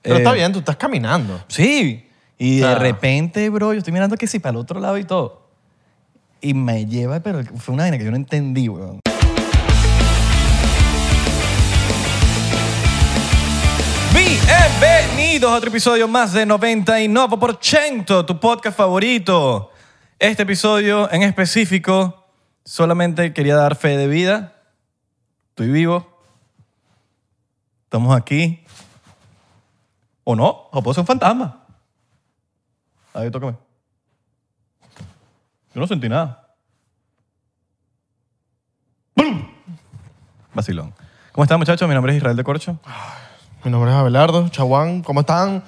Pero Eh, está bien, tú estás caminando. Sí. Y de Ah. repente, bro, yo estoy mirando que sí, para el otro lado y todo. Y me lleva, pero fue una vaina que yo no entendí, weón. Bienvenidos a otro episodio más de 99%, tu podcast favorito. Este episodio en específico, solamente quería dar fe de vida. Estoy vivo. Estamos aquí. ¿O no? ¿O puedo ser un fantasma? A ver, tócame. Yo no sentí nada. ¡Bum! Vacilón. ¿Cómo están, muchachos? Mi nombre es Israel de Corcho. Mi nombre es Abelardo, Chaguán, ¿cómo están?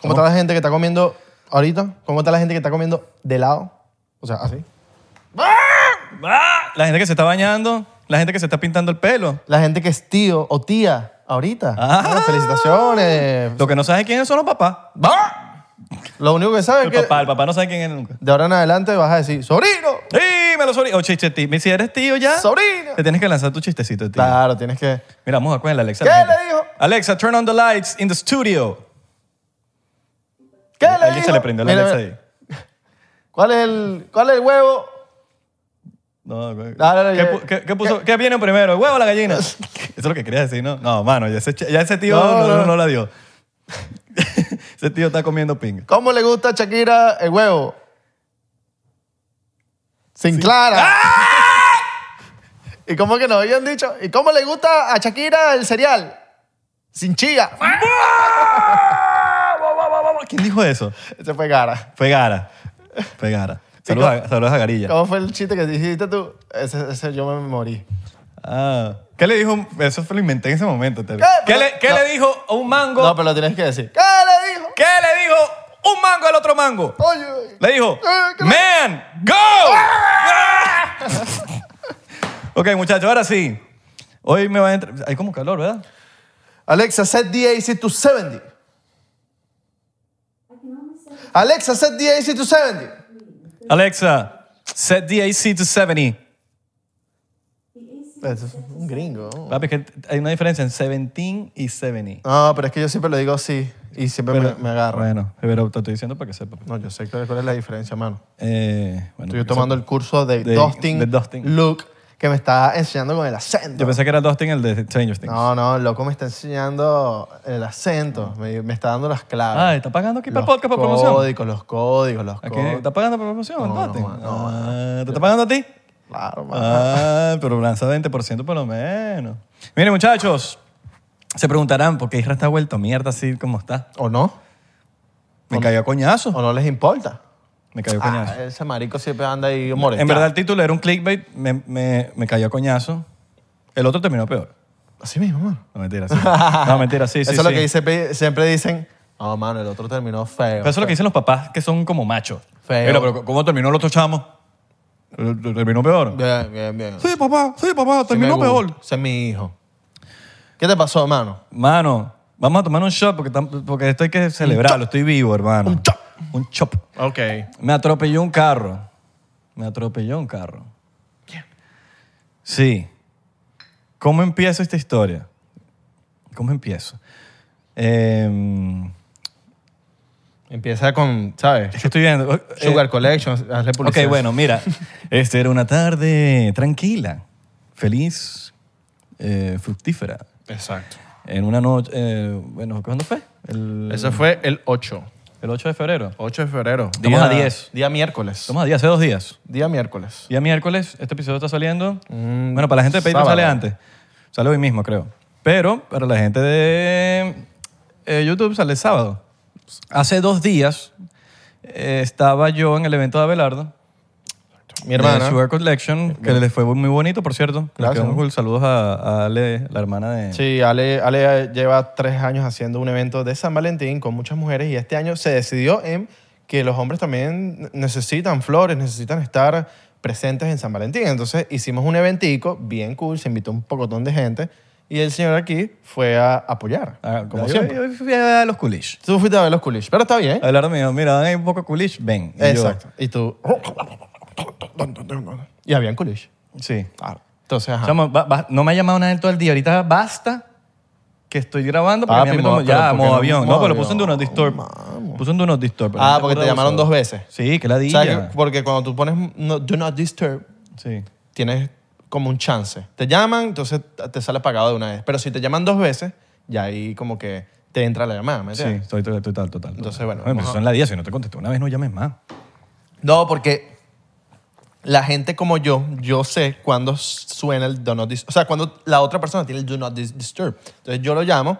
¿Cómo está la gente que está comiendo ahorita? ¿Cómo está la gente que está comiendo de lado? O sea, así. La gente que se está bañando, la gente que se está pintando el pelo. La gente que es tío o tía ahorita. Ah. Bueno, felicitaciones. Lo que no sabe quiénes son los papás. Lo único que sabes El es que papá, el papá no sabe quién es nunca. de ahora en adelante vas a decir, sobrino, ¡Ey, me lo sobrino! O Oh, chiste, tío. Si eres tío ya, sobrino. te tienes que lanzar tu chistecito, tío. Claro, tienes que... Mira, vamos a con el Alexa. ¿Qué la gente. le dijo? Alexa, turn on the lights in the studio. ¿Qué A le Alguien se dijo? le prendió la Mira, Alexa mira, ahí. ¿Cuál es el, cuál es el huevo? No, güey. No, no, no, ¿Qué, ya- pu- qué- qué puso- qué viene primero, el huevo o la gallina? Eso es lo que quería decir, ¿no? No, mano, ya ese, ch- ya ese tío no, No, no. no, no la dio. ese tío está comiendo pinga. ¿Cómo le gusta a Shakira el huevo? Sin clara. ¿Y cómo que nos habían dicho? ¿Y cómo le gusta a Shakira el cereal? Sin chía. ¿Quién dijo eso? Ese fue cara. Fue Gara. Fue Gara. Saludos a, saludos a Garilla. ¿Cómo fue el chiste que dijiste tú? Ese, ese yo me morí. Ah, ¿Qué le dijo? un- Eso fue lo inventé en ese momento. te- ¿Qué, Pero- le, qué no. le dijo a un mango? No, pero lo tienes que decir. ¿Qué le dijo? ¿Qué le dijo un mango al otro mango? Oye. Le dijo, Eh, ¿qué le- ¡Ah! man, go. ok, muchachos, ahora sí. Hoy me va a entrar... Hay como calor, ¿verdad? Alexa, set the AC to 70. Alexa, set the AC to 70. Alexa, set the AC to 70. Eso es un gringo. Papi, que hay una diferencia en 17 y 70. No, pero es que yo siempre lo digo así y siempre me, me agarra. Bueno, pero te estoy diciendo para que sepa. No, yo sé cuál cuál es la diferencia, mano. Eh, bueno, Estoy para que tomando el sepa. curso de, De- Dustin, de Dustin. Luke que me está enseñando con el acento. Yo pensé que era Dustin el de Stranger Things. no, no, loco me está enseñando el acento. Me, me está dando las claves. Ah, ¿está pagando aquí para el Los podcast por promoción? códigos, los códigos, los ¿A qué? códigos. ¿Está pagando por promoción? No, no, Dustin? no, no. Ah, ¿Te está pagando a ti? Claro, mano. Ah, pero lanza 20% por lo menos. Miren, muchachos, se preguntarán por qué Isra está vuelto mierda así como está. ¿O no? Me cayó a coñazo. ¿O no les importa? Me cayó a coñazo. Ah, ese marico siempre anda ahí molestado. En verdad el título era un clickbait, me, me, me cayó a coñazo. El otro terminó peor. Así mismo, mano. No, mentira, sí. No, mentira, sí, sí. Eso es lo sí. que dice- siempre dicen. No, mano, el otro terminó feo. Pero eso es lo que dicen los papás que son como machos. Feo. Mira, pero ¿cómo terminó el otro chamo? ¿Terminó peor? Bien, bien, bien. Sí, papá, sí, papá, Sí me terminó gusta. peor. Ese es mi hijo. ¿Qué te pasó, hermano? Mano, vamos a tomar un shot porque, tam- porque esto hay que celebrarlo. Estoy vivo, hermano. Un chop. Un chop. Ok. Me atropelló un carro. Me atropelló un carro. Sí. ¿Cómo empiezo esta historia? ¿Cómo empiezo? Em, Empieza con, ¿sabes? es que estoy viendo. eh, Sugar Collection, hazle publicidad. Ok, bueno, mira. Este era una tarde tranquila, feliz, eh, fructífera. Exacto. En una noche. eh, bueno, ¿cuándo fue? El, Ese fue el 8. el 8 de febrero. 8 de febrero. Estamos a 10. Día miércoles. Estamos a día, hace dos días. Día miércoles. Día miércoles, este episodio está saliendo. Mm, bueno, para la gente de Patreon sale sábado. antes. Sale hoy mismo, creo. Pero para la gente de eh, YouTube sale sábado. Hace dos días eh, estaba yo en el evento de Abelardo. mi hermana. de Sugar Collection, que les fue muy bonito, por cierto. Les Gracias. quedó muy cool. Saludos a, a Ale, la hermana de... Sí, Ale, Ale lleva tres años haciendo un evento de San Valentín con muchas mujeres y este año se decidió en que los hombres también necesitan flores, necesitan estar presentes en San Valentín. Entonces hicimos un eventico bien cool, se invitó un pocotón de gente y el señor aquí fue a apoyar, Ah, como yo- siempre. yo fui a los coolish. Tú fuiste a ver los coolish, pero está bien. Hablaron mío, mira, hay un poco coolish, ven. Y yo, Exacto. Y tú... Y habían coolish. sí. Entonces, ajá. Chamo, va- va- no me ha llamado nadie en todo el día. Ahorita basta que estoy grabando porque Papi, a mí me modo- tomo- ya, pero ¿por qué modo no? avión. Modo No, pero lo puse en Do Not avión, Disturb. mamo. Puse en Do Not Disturb. pero Ah, no porque te acuerdo llamaron de dos eso. veces. Sí, que la di. ¿Sabes que- Porque cuando tú pones no- do not disturb, Sí. tienes como un chance. Te llaman, entonces t- te sale pagado de una vez. Pero si te llaman dos veces, ya ahí como que te entra la llamada, ¿me Sí, entiendes? estoy total, total, total. Entonces, bueno, Oye, pues vamos a- son las 10, si no te contesté una vez no llames más. No, porque la gente como yo, yo sé cuando suena el do not disturb. O sea, cuando la otra persona tiene el do not dis- disturb. Entonces yo lo llamo,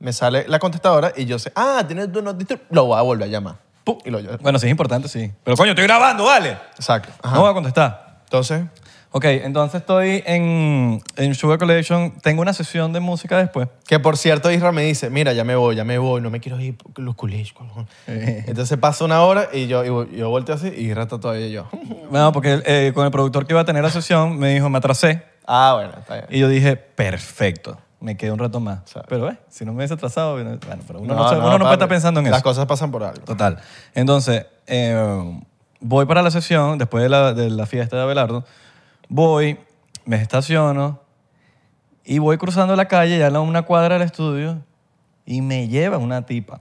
me sale la contestadora y yo sé, ah, tiene el do not disturb, lo voy a volver a llamar. Pum, Y lo llamo. Bueno, sí es importante, sí. Pero coño, estoy grabando, vale. Exacto. Ajá. No voy a contestar. Entonces, Ok, entonces estoy en, en Sugar Collection. Tengo una sesión de música después. Que por cierto, Isra me dice, mira, ya me voy, ya me voy, no me quiero ir porque los culés. coño". Entonces pasa una hora y yo, y vo- yo volteo así y Isra está todavía y yo. Bueno, porque eh, con el productor que iba a tener la sesión me dijo, me atrasé. Ah, bueno, está bien. Y yo dije, perfecto. Me quedé un rato más. Exacto. Pero, eh, si no me hubiese atrasado, bueno, bueno, pero uno no, sabe- uno no puede papi, estar pensando en Las eso. cosas pasan por algo. Total. Entonces, eh, voy para la sesión, después de la, de la fiesta de Abelardo, voy, me estaciono y voy cruzando la calle, ya a una cuadra del estudio, y me lleva una tipa.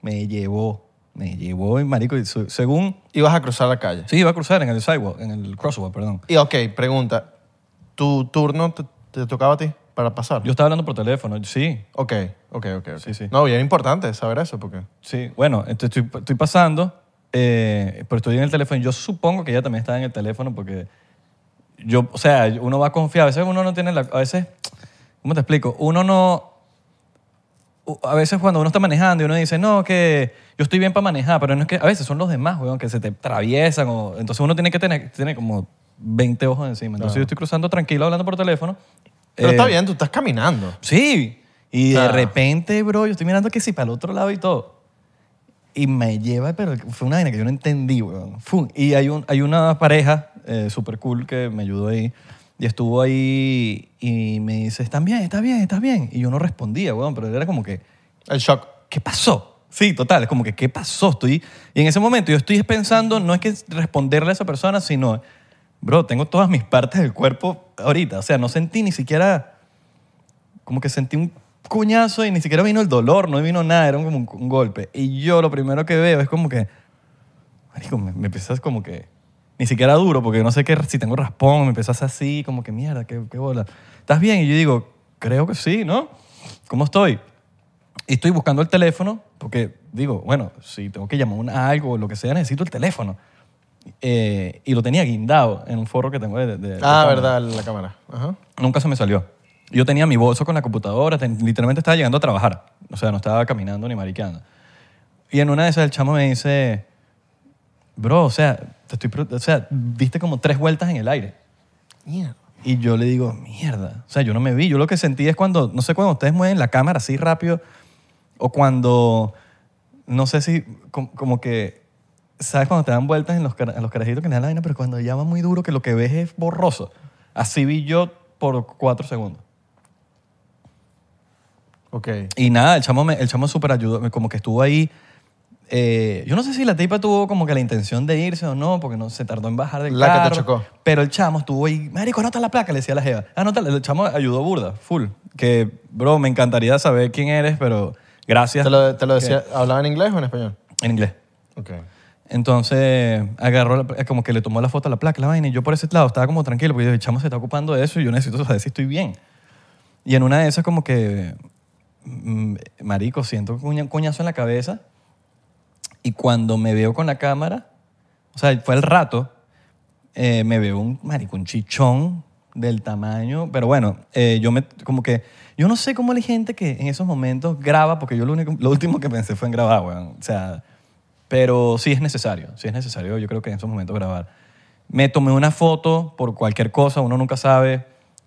Me llevó, me llevó, y marico, y su- según... Y vas a cruzar la calle. Sí, iba a cruzar en el sidewalk, en el crosswalk, perdón. Y ok, pregunta, ¿tu turno te, te tocaba a ti para pasar? Yo estaba hablando por teléfono, sí, Ok, ok, ok. ok. Sí, sí. No, y era importante saber eso porque... Sí, bueno, entonces estoy, estoy pasando, eh, pero estoy en el teléfono. Yo supongo que ella también estaba en el teléfono porque yo, o sea, uno va confiado. A veces uno no tiene la... A veces, ¿cómo te explico? Uno no... u- A veces cuando uno está manejando y uno dice, no, que yo estoy bien para manejar, pero no es que a veces son los demás, weón, que se te atraviesan. O, entonces uno tiene que tener tiene como 20 ojos encima. Entonces yo estoy cruzando tranquilo hablando por teléfono. Pero Eh, está bien, tú estás caminando. Sí. Y de Ah. repente, bro, yo estoy mirando que sí, para el otro lado y todo. Y me lleva, pero fue una vaina que yo no entendí, weón. Fum. Y hay, un, hay una pareja eh, súper cool que me ayudó ahí. Y estuvo ahí y me dice, ¿estás bien? ¿Estás bien? ¿Estás bien? Y yo no respondía, weón, pero era como que, El shock. ¿qué pasó? Sí, total, es como que, ¿qué pasó? Estoy, y en ese momento yo estoy pensando, no es que responderle a esa persona, sino, bro, tengo todas mis partes del cuerpo ahorita. O sea, no sentí ni siquiera, como que sentí un cuñazo y ni siquiera vino el dolor, no vino nada, era como un, un golpe. Y yo lo primero que veo es como que, marico, me, me empiezas como que, ni siquiera duro, porque no sé qué, si tengo raspón, me empiezas así, como que mierda, qué, qué bola. ¿Estás bien? Y yo digo, creo que sí, ¿no? ¿Cómo estoy? Y estoy buscando el teléfono porque digo, bueno, si tengo que llamar a algo o lo que sea, necesito el teléfono. Eh, y lo tenía guindado en un forro que tengo de... de- de Ah, eh, cámara. verdad, la cámara. Ajá. Nunca se me salió. Yo tenía mi bolso con la computadora, ten- literalmente estaba llegando a trabajar. O sea, no estaba caminando ni mariqueando. Y en una de esas el chamo me dice, bro, o sea, te estoy, pro- o sea, diste como tres vueltas en el aire. Mierda. Y yo le digo, mierda. O sea, yo no me vi. Yo lo que sentí es cuando, no sé, cuando ustedes mueven la cámara así rápido o cuando, no sé si, com- como, que, ¿sabes? Cuando te dan vueltas en los, cara- en los carajitos que le dan la vaina, pero cuando llama muy duro que lo que ves es borroso. Así vi yo por cuatro segundos. Ok. Y nada, el chamo, me- el chamo súper ayudó, me- como que estuvo ahí. Eh, yo no sé si la tipa tuvo como que la intención de irse o no, porque no se tardó en bajar del La que te carro. chocó. Pero el chamo estuvo ahí, marico, anota la placa, le decía la jeva. "Ah, Anota, el chamo ayudó burda, full. Que, bro, me encantaría saber quién eres, pero gracias. ¿Te lo, te lo decía, ¿hablaba en inglés o en español? En inglés. Ok. Entonces agarró, la- eh, como que le tomó la foto a la placa, la vaina, y yo por ese lado estaba como tranquilo, porque yo, el chamo se está ocupando de eso y yo necesito saber si estoy bien. Y en una de esas como que, mm, marico, siento un coñazo en la cabeza y cuando me veo con la cámara, o sea, fue el rato, eh, me veo un marico, un chichón del tamaño, pero bueno, eh, yo me, como que, yo no sé cómo hay gente que en esos momentos graba, porque yo lo, único, lo último que pensé fue en grabar, weón. O sea, pero sí es necesario, sí es necesario, yo creo que en esos momentos grabar. Me tomé una foto por cualquier cosa, uno nunca sabe.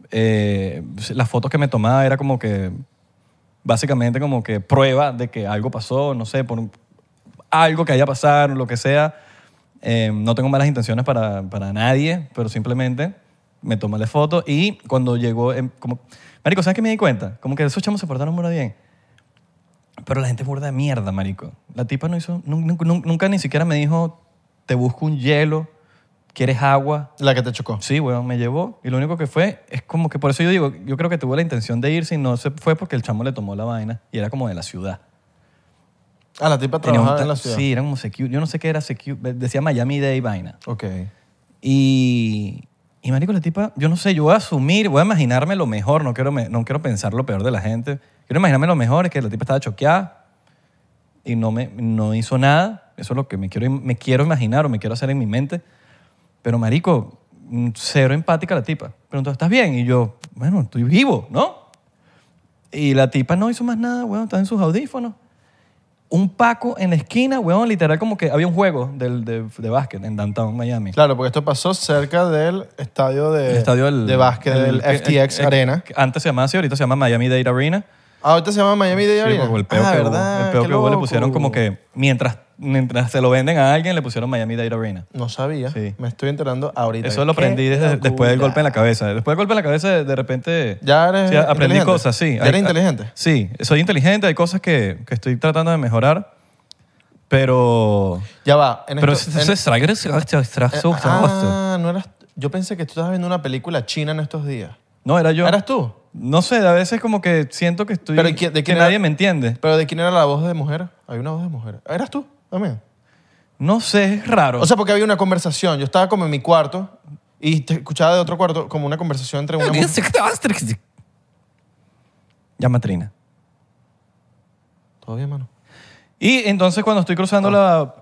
Eh, las fotos que me tomaba era como que, básicamente como que prueba de que algo pasó, no sé, por un- algo que haya pasado, lo que sea. Eh, no tengo malas intenciones para, para nadie, pero simplemente me tomé la foto y cuando llegó, em, como, marico, ¿sabes qué me di cuenta? Como que esos chamos se portaron muy bien. Pero la gente es burda de mierda, marico. La tipa no hizo, nun- nun- nun- nunca, ni siquiera me dijo, te busco un hielo, quieres agua. La que te chocó. Sí, weón, me llevó. Y lo único que fue, es como que por eso yo digo, yo creo que tuvo la intención de irse y no se fue porque el chamo le tomó la vaina y era como de la ciudad. Ah, la tipa Tenía un trabajaba ta- en la ciudad. Sí, era como secure, yo no sé qué era secure, decía Miami Day vaina. Ok. Y, y marico, la tipa, yo no sé, yo voy a asumir, voy a imaginarme lo mejor, no quiero, me- no quiero pensar lo peor de la gente. Quiero imaginarme lo mejor, es que la tipa estaba choqueada y no, me, no hizo nada. Eso es lo que me quiero, im- me quiero imaginar o me quiero hacer en mi mente. Pero marico, mm, cero empática la tipa. Preguntó, ¿estás bien? Y yo, bueno, estoy vivo, ¿no? Y la tipa no hizo más nada, weón, estaba en sus audífonos. Un Paco en la esquina, weón, literal como que había un juego del- de, de básquet en Downtown Miami. Claro, porque esto pasó cerca del estadio de, El estadio del- de básquet, el- del FTX eh, eh, Arena. que Antes se llamaba así, ahorita se llama Miami Dade Arena. Ah, ahorita se llama Miami Dade Sí, Arena. porque el peo ah, que, hubo, ¿verdad? el peo Qué que hubo le loco. pusieron como que mientras, mientras se lo venden a alguien, le pusieron Miami Dade Arena. No sabía. Sí. Me estoy enterando ahorita. Eso lo Qué aprendí desde- después del locura. golpe en la cabeza. Después del golpe en la cabeza, de, de repente. Ya eres sí, aprendí inteligente. cosas, sí. Ya Hay- eres inteligente. Sí, soy inteligente, hay cosas que, que estoy tratando de mejorar. Pero. Ya va. En Pero esto- eso en- Eh, es Ah, no eras. Yo pensé que tú estabas viendo una película china en estos días. No, era yo. ¿Eras tú? No sé, a veces como que siento que estoy. Pero ¿y quién- de que quién era? nadie me entiende. ¿Pero de quién era la voz de mujer? Hay una voz de mujer. ¿Eras tú también? No sé, es raro. O sea, porque había una conversación. Yo estaba como en mi cuarto y te escuchaba de otro cuarto como una conversación entre una mujer. Llama a Trina. ¿Todo bien, mano? Y entonces cuando estoy cruzando la...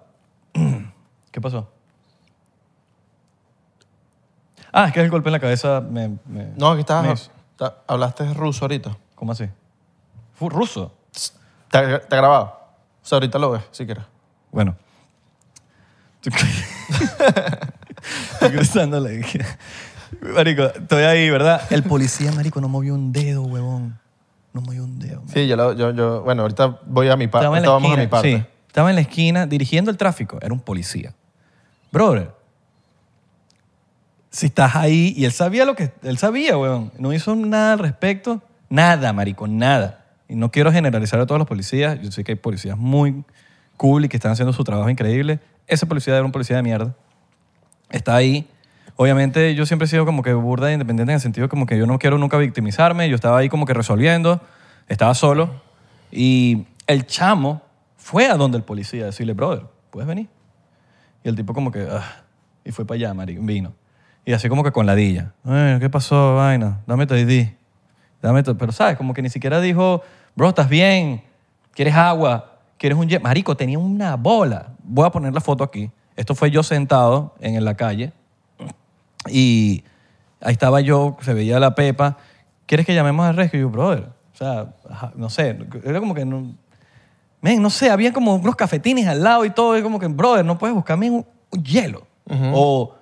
¿Qué pasó? Ah, es que el golpe en la cabeza me... me- No, que estabas... me- ta- hablaste ruso ahorita. ¿Cómo así? Fu- ruso. Está está grabado. O sea, ahorita lo ves, si quieres. Bueno. Estoy cruzando la... Marico, estoy ahí, ¿verdad? El policía, marico, no movió un dedo, huevón. No movió un dedo. Sí, yo, lo- yo, yo... Bueno, ahorita voy a mi parte. estaba en Ahorita la vamos a esquina, mi parte. sí. estaba en la esquina dirigiendo el tráfico. Era un policía. Brother, si estás ahí y él sabía lo que él sabía, weón, no hizo nada al respecto, nada, marico, nada. Y no quiero generalizar a todos los policías. Yo sé que hay policías muy cool y que están haciendo su trabajo increíble. Ese policía era un policía de mierda. Está ahí. Obviamente yo siempre he sido como que burda e independiente en el sentido como que yo no quiero nunca victimizarme. Yo estaba ahí como que resolviendo. Estaba solo. Y el chamo fue a donde el policía a decirle, brother, ¿puedes venir? Y el tipo como que, "Ah", y fue para allá, marico, vino. Y así como que con ladilla. "Eh, ¿Qué pasó, vaina? Dame tu ID. Dame tu-". Pero, ¿sabes? Como que ni siquiera dijo, bro, ¿estás bien? ¿Quieres agua? ¿Quieres un jet? Marico, tenía una bola. Voy a poner la foto aquí. Esto fue yo sentado en la calle. Y ahí estaba yo, se veía la Pepa. ¿Quieres que llamemos al rescue? Y yo, brother, o sea, ajá, no sé. Era como que no, Men, no sé, había como unos cafetines al lado y todo. Y como que, brother, no puedes buscarme un, un hielo. o,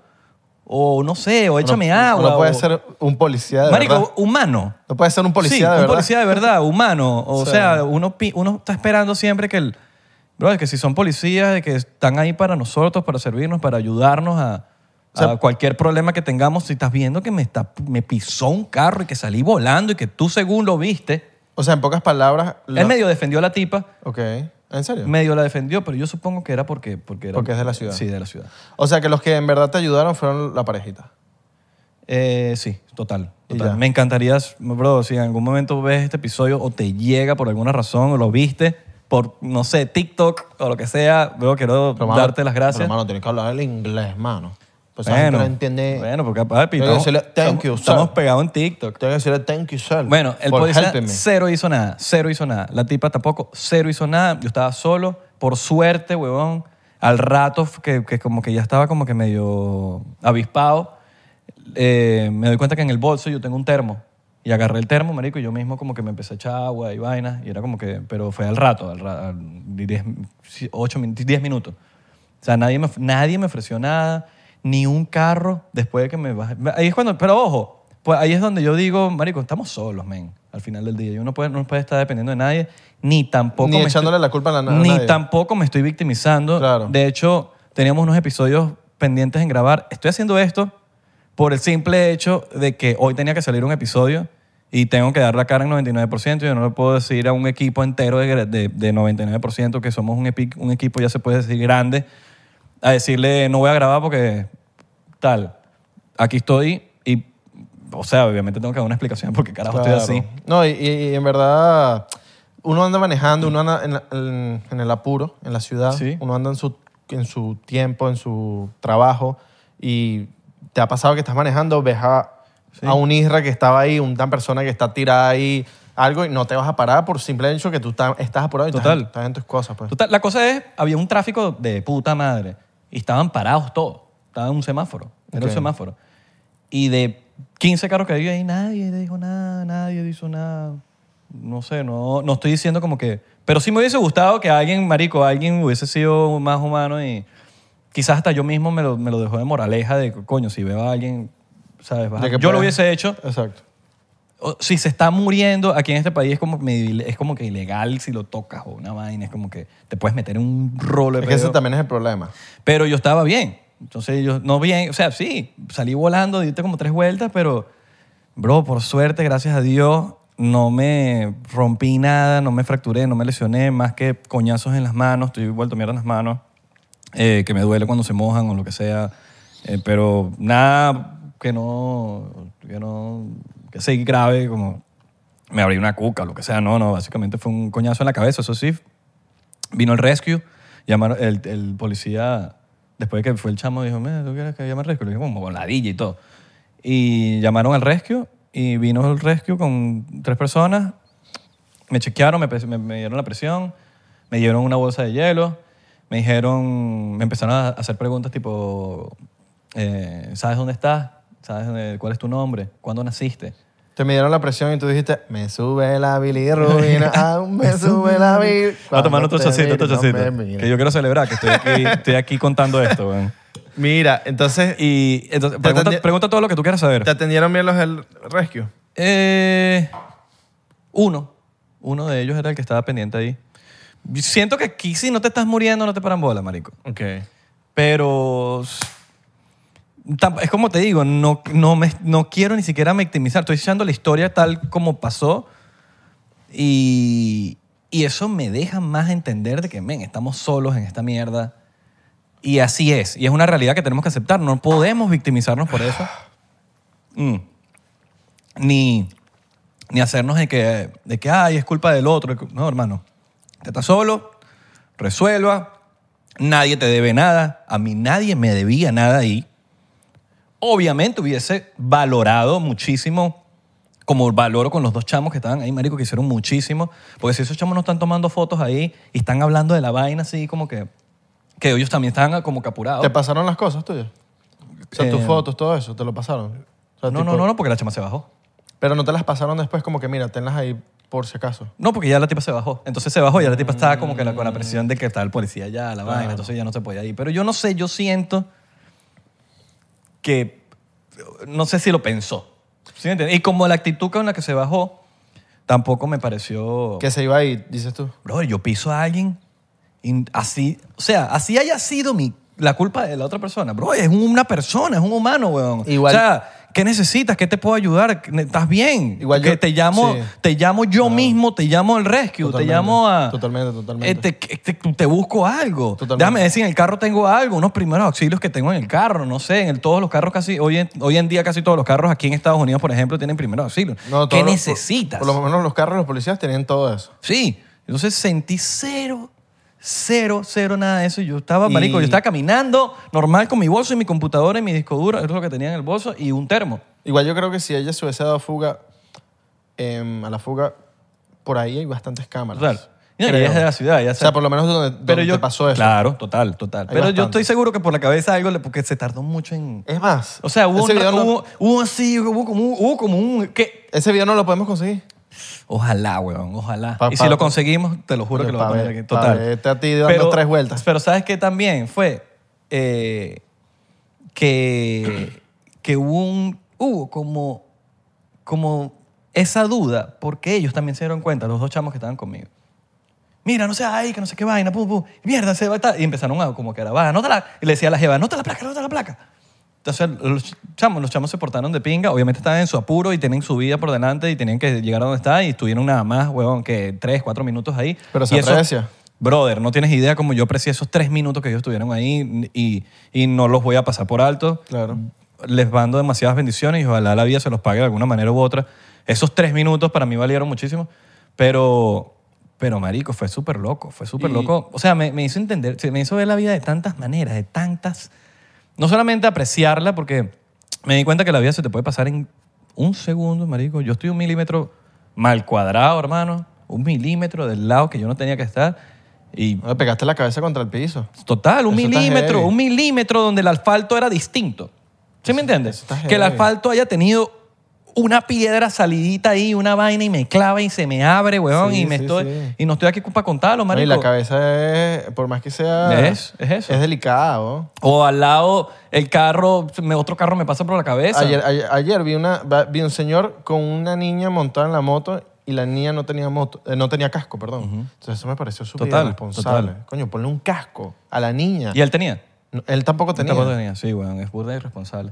o no sé, o échame no, agua. No puede o- ser un policía de Marico, verdad. humano. No puede ser un policía Sí, de verdad. un policía de verdad, humano. O Sí. sea, uno, pi- uno está esperando siempre que el... Bro, que si son policías, de que están ahí para nosotros, para servirnos, para ayudarnos a, O sea, a cualquier problema que tengamos. Si estás viendo que me, está, me pisó un carro y que salí volando y que tú según lo viste, O sea, en pocas palabras... lo- él medio defendió a la tipa, Ok. ¿En serio? medio la defendió, pero yo supongo que era porque... Porque, era- Porque es de la ciudad. Sí, de la ciudad. O sea, que los que en verdad te ayudaron fueron la parejita. Eh, sí, total. Y total. ya. Me encantaría, bro, si en algún momento ves este episodio o te llega por alguna razón o lo viste por, no sé, TikTok o lo que sea, bro, quiero Pero, mano, darte las gracias. Pero, mano, tienes que hablar el inglés, mano. Pues esa gente bueno, no entiende. bueno, porque papi, Tengo estamos, que decirle thank estamos- you, estamos sir. pegados en TikTok. Tengo que decirle thank you, sir. Bueno, el for policía helping me. cero hizo nada, cero hizo nada. La tipa tampoco, cero hizo nada. Yo estaba solo, por suerte, huevón. Al rato f- que, que como que ya estaba como que medio avispado, eh, me doy cuenta que en el bolso yo tengo un termo. Y agarré el termo, marico, y yo mismo como que me empecé a echar agua y vainas. Y era como que, pero fue al rato, al, ra- al 10, 8, 10 minutos. O sea, nadie me, of- nadie me ofreció nada, ni un carro después de que me baje. Ahí es cuando, pero ojo, pues ahí es donde yo digo, marico, estamos solos, men, al final del día. Yo no puedo, no puede estar dependiendo de nadie, ni tampoco... Ni me echándole la culpa a la- a Ni nadie. tampoco me estoy victimizando. Claro. De hecho, teníamos unos episodios pendientes en grabar. Estoy haciendo esto por el simple hecho de que hoy tenía que salir un episodio y tengo que dar la cara en 99%. Yo no le puedo decir a un equipo entero de, de- de 99% que somos un, epi- un equipo, ya se puede decir, grande, a decirle no voy a grabar porque tal. Aquí estoy y, o sea, obviamente tengo que dar una explicación porque carajo estoy así. Claro. No, y, y- y en verdad, uno anda manejando, uno anda en, la- en- en el apuro, en la ciudad, Sí. uno anda en su, en su tiempo, en su trabajo, y te ha pasado que estás manejando, ves a, a un Isra que estaba ahí, una persona que está tirada ahí, algo, y no te vas a parar por simple hecho que tú ta- estás apurado y Estás, Total. en, estás en tus cosas. Pues. Total, la cosa es, había un tráfico de puta madre y estaban parados todos. Estaba en un semáforo. Era Ok. un semáforo. Y de 15 carros que había ahí, nadie dijo nada, nadie hizo nada. No sé, no, no estoy diciendo como que... Pero sí me hubiese gustado que alguien, marico, alguien hubiese sido más humano y quizás hasta yo mismo me lo, me lo dejó de moraleja de, coño, si veo a alguien, ¿sabes? Baja. De que Yo lo puedes- hubiese hecho. Exacto. O- si se está muriendo aquí en este país es como, medio ile- es como que ilegal si lo tocas o una vaina, es como que te puedes meter en un rolo de Es que ese pedo. también es el problema. Pero yo estaba bien. Entonces yo no bien, o sea, sí, salí volando, diste como tres vueltas, pero bro, por suerte, gracias a Dios, no me rompí nada, no me fracturé, no me lesioné, más que coñazos en las manos, estoy vuelto mierda en las manos, eh, que me duele cuando se mojan o lo que sea, eh, pero nada que no, que no, que sea grave, como me abrí una cuca o lo que sea, no, no, básicamente fue un coñazo en la cabeza, eso sí, vino el rescue, llamaron, el, el policía, después de que fue el chamo, dijo, "Mira, ¿tú quieres que llame al rescue? Le dije, como con ladilla y todo. Y llamaron al rescue y vino el rescue con tres personas, me chequearon, me, pres- me- me dieron la presión, me dieron una bolsa de hielo, me dijeron, me empezaron a hacer preguntas tipo, eh, ¿sabes dónde estás? ¿Sabes dónde- cuál es tu nombre? ¿Cuándo naciste? Te midieron la presión y tú dijiste, me sube la bilirrubina, aún me sube la bilirrubina. Va a tomar otro Cuando te chocito, otro mire, no chocito. me Que mire. yo quiero celebrar que estoy aquí, estoy aquí contando esto, weón. Mira, entonces, Y entonces, Te pregunta, atendi- pregunta todo lo que tú quieras ¿te saber. atendieron bien los del rescue? Eh, uno. Uno de ellos era el que estaba pendiente ahí. Siento que aquí si no te estás muriendo no te paran bola, marico. Ok. Pero s- tam- es como te digo, no, no, me, no quiero ni siquiera victimizar. Estoy echando la historia tal como pasó y, y eso me deja más entender de que, men, estamos solos en esta mierda. Y así es. Y es una realidad que tenemos que aceptar. No podemos victimizarnos por eso. Mm. Ni, ni hacernos de que, de que, ay, es culpa del otro. No, hermano. Te estás solo, resuelva. Nadie te debe nada. A mí nadie me debía nada ahí. Obviamente hubiese valorado muchísimo, como valoro con los dos chamos que estaban ahí, marico, que hicieron muchísimo. Porque si esos chamos no están tomando fotos ahí y están hablando de la vaina así como que... Que ellos también estaban como que apurados. ¿Te pasaron las cosas tuyas? O sea, tus Eh, fotos, todo eso, ¿te lo pasaron? O sea, No, tipo- no, no, no, porque la chama se bajó. Pero no te las pasaron después como que, mira, tenlas ahí por si acaso. No, porque ya la tipa se bajó. Entonces se bajó y ya la tipa estaba como que la- con la presión de que está el policía ya, la vaina, entonces ya no se podía ir. Pero yo no sé, yo siento que no sé si lo pensó. ¿Sí me entiendes? Y como la actitud con la que se bajó tampoco me pareció... Que se iba ahí, dices tú. Bro, yo piso a alguien y así, o sea, así haya sido mi, la culpa de la otra persona. Bro, es una persona, es un humano, weón. Igual- O sea, ¿qué necesitas? ¿Qué te puedo ayudar? ¿Estás bien? Igual que yo- te llamo, sí. te llamo yo mismo, te llamo el rescue, Totalmente, te llamo a... totalmente, totalmente. Eh, te, que- te, te busco algo. Totalmente. Déjame decir, en el carro tengo algo, unos primeros auxilios que tengo en el carro, no sé, en el- todos los carros casi, hoy en, hoy en día casi todos los carros aquí en Estados Unidos, por ejemplo, tienen primeros auxilios. No, ¿Qué todos los- necesitas? Por, por lo menos los carros, los policías tenían todo eso. Sí. Entonces sentí cero, cero, cero nada de eso. Yo estaba, Y- marico, yo estaba caminando normal con mi bolso y mi computadora y mi disco duro, eso es lo que tenía en el bolso, y un termo. Igual yo creo que si ella se hubiese dado fuga, em, a la fuga, por ahí hay bastantes cámaras. Claro. No, y Creo. ella es de la ciudad, ya O sea, por lo menos donde, donde te pasó eso. Claro, total, total. Pero yo bastante. estoy seguro que por la cabeza algo, le- porque se tardó mucho en... Es más, O sea, hubo, ese, un, video no, hubo, hubo así, hubo como, un- hubo como un... ¿qué? ese video no lo podemos conseguir. Ojalá, weón, ojalá. Pa- y pa- si lo conseguimos, te lo juro Oye, que lo voy a pa' poner ver- este aquí. pa' Total. verte a ti dando tres vueltas. Pero ¿sabes qué también? Fue eh, que, que hubo, un, hubo como, como esa duda, porque ellos también se dieron cuenta, los dos chamos que estaban conmigo. Mira, no sé, ay, que no sé qué vaina, pum, pum, mierda, se va a estar. Y empezaron a como que arabar, anota la. Y le decía a la jeva, anota la placa, anota la placa. Entonces los chamos, los chamos se portaron de pinga, obviamente estaban en su apuro y tienen su vida por delante y tenían que llegar a donde está y estuvieron nada más, huevón, que tres, cuatro minutos ahí. Pero se Y eso- aprecia. Brother, no tienes idea cómo yo aprecié esos tres minutos que ellos estuvieron ahí y, y no los voy a pasar por alto. Claro. Les mando demasiadas bendiciones y ojalá la vida se los pague de alguna manera u otra. Esos tres minutos para mí valieron muchísimo, pero, pero marico, fue súper loco, fue súper Y- loco. O sea, me, me hizo entender, se me hizo ver la vida de tantas maneras, de tantas... No solamente apreciarla, porque me di cuenta que la vida se te puede pasar en un segundo, marico. Yo estoy un milímetro mal cuadrado, hermano. Un milímetro del lado que yo no tenía que estar. Y No, le pegaste la cabeza contra el piso. Total, un Eso está milímetro, heavy. un milímetro donde el asfalto era distinto. ¿Sí me entiendes? eso está Que el heavy. asfalto haya tenido una piedra salidita ahí, una vaina y me clava y se me abre, weón, Sí, y me sí, estoy sí. y no estoy aquí para contarlo, No, marico. y la cabeza es, por más que sea... Es- es eso. delicada, ¿no? O al lado el carro, me- otro carro me pasa por la cabeza. Ayer, ayer, ayer vi, una, va- vi un señor con una niña montada en la moto y la niña no tenía moto, eh, no tenía casco, perdón. Entonces eso me pareció súper Total, irresponsable. total. Coño, ponle un casco a la niña. y él tenía. No, él tampoco tenía. Tampoco tenía, sí, weón, es burda irresponsable.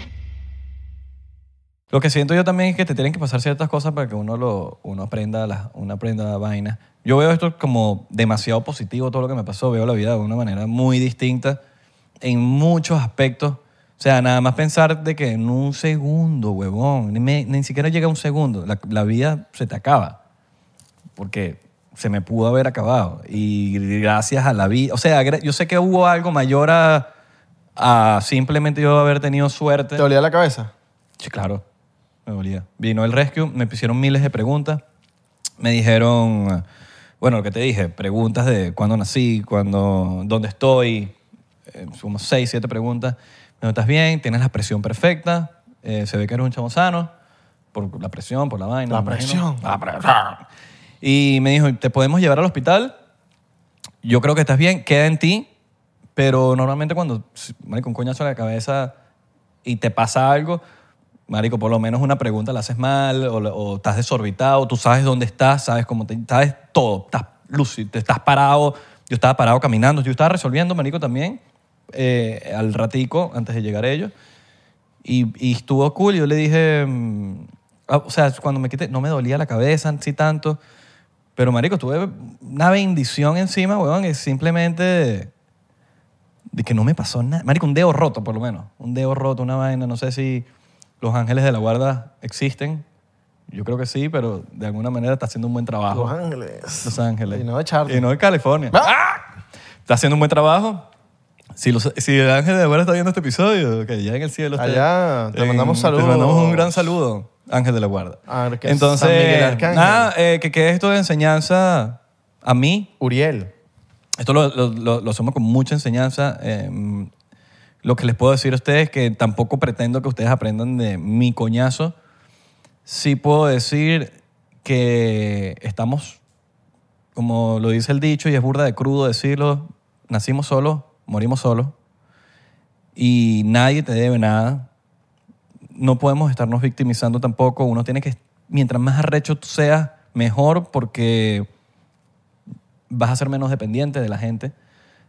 Lo que siento yo también es que te tienen que pasar ciertas cosas para que uno, lo, uno aprenda las uno aprenda vainas. Yo veo esto como demasiado positivo, todo lo que me pasó. Veo la vida de una manera muy distinta en muchos aspectos. O sea, nada más pensar de que en un segundo, huevón, ni, me- ni siquiera llega a un segundo, la, la vida se te acaba. Porque se me pudo haber acabado. Y gracias a la vida. O sea, gra- yo sé que hubo algo mayor a, a simplemente yo haber tenido suerte. ¿Te olía la cabeza? Sí, claro. Me dolía. Vino el rescue, me hicieron miles de preguntas. Me dijeron, bueno, lo que te dije, preguntas de cuándo nací, cuándo, dónde estoy, eh, como seis, siete preguntas. Me dijo, estás bien, tienes la presión perfecta, eh, se ve que eres un chamo sano, por la presión, por la vaina. La me imagino. presión. La presión. Y me dijo, ¿te podemos llevar al hospital? yo creo que estás bien, queda en ti, pero normalmente cuando, si, marico, un coñazo en la cabeza y te pasa algo, marico, por lo menos una pregunta la haces mal o, la- o estás desorbitado, tú sabes dónde estás, sabes cómo te, sabes todo, estás lúcido, te estás parado, yo estaba parado caminando, yo estaba resolviendo, marico, también, eh, al ratico, antes de llegar ellos, y, y estuvo cool, yo le dije, mm, ah, o sea, cuando me quité, no me dolía la cabeza, sí tanto, pero, marico, tuve una bendición encima, weón, que simplemente de, de que no me pasó nada. Marico, un dedo roto, por lo menos. Un dedo roto, una vaina. No sé si los ángeles de la guarda existen. Yo creo que sí, pero de alguna manera está haciendo un buen trabajo. Los Ángeles. Los Ángeles. Y no de Charlie. ¡Ah! Y no de California. Está haciendo un buen trabajo. Si, los- si el ángel de Guarda está viendo este episodio, que ya en el cielo está. Allá, te mandamos saludos. Te mandamos un gran saludo, ángel de la guarda. Arca- Entonces, San Miguel Arcángel. nada, eh, que quede esto de enseñanza a mí, Uriel. esto lo, lo, lo- lo hacemos con mucha enseñanza. eh, lo que les puedo decir a ustedes es que tampoco pretendo que ustedes aprendan de mi coñazo. Sí puedo decir que estamos, como lo dice el dicho, y es burda de crudo decirlo, nacimos solos, morimos solos, y nadie te debe nada. No podemos estarnos victimizando tampoco. Uno tiene que, mientras más arrecho tú seas, mejor, porque vas a ser menos dependiente de la gente.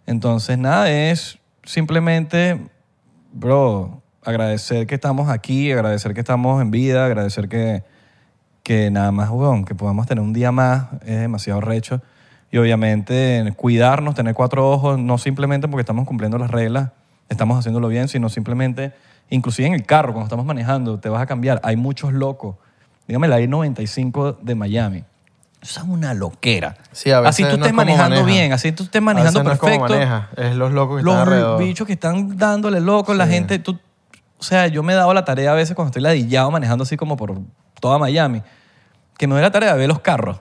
Entonces, nada, es simplemente, bro, agradecer que estamos aquí, agradecer que estamos en vida, agradecer que, que nada más, weón, que podamos tener un día más, es demasiado recho. Y obviamente cuidarnos, tener cuatro ojos, no simplemente porque estamos cumpliendo las reglas, estamos haciéndolo bien, sino simplemente, inclusive en el carro, cuando estamos manejando, te vas a cambiar. Hay muchos locos. Dígame la I-95 de Miami. Eso es una loquera. Sí, a veces así tú no estés es como manejando maneja. bien, así tú estés A veces manejando no es como perfecto maneja, es los locos que están los alrededor. bichos que están dándole loco, la Sí. gente, tú, o o sea, yo me he dado la tarea a veces cuando estoy ladillado manejando así como por toda Miami, que me doy la tarea de ver los carros.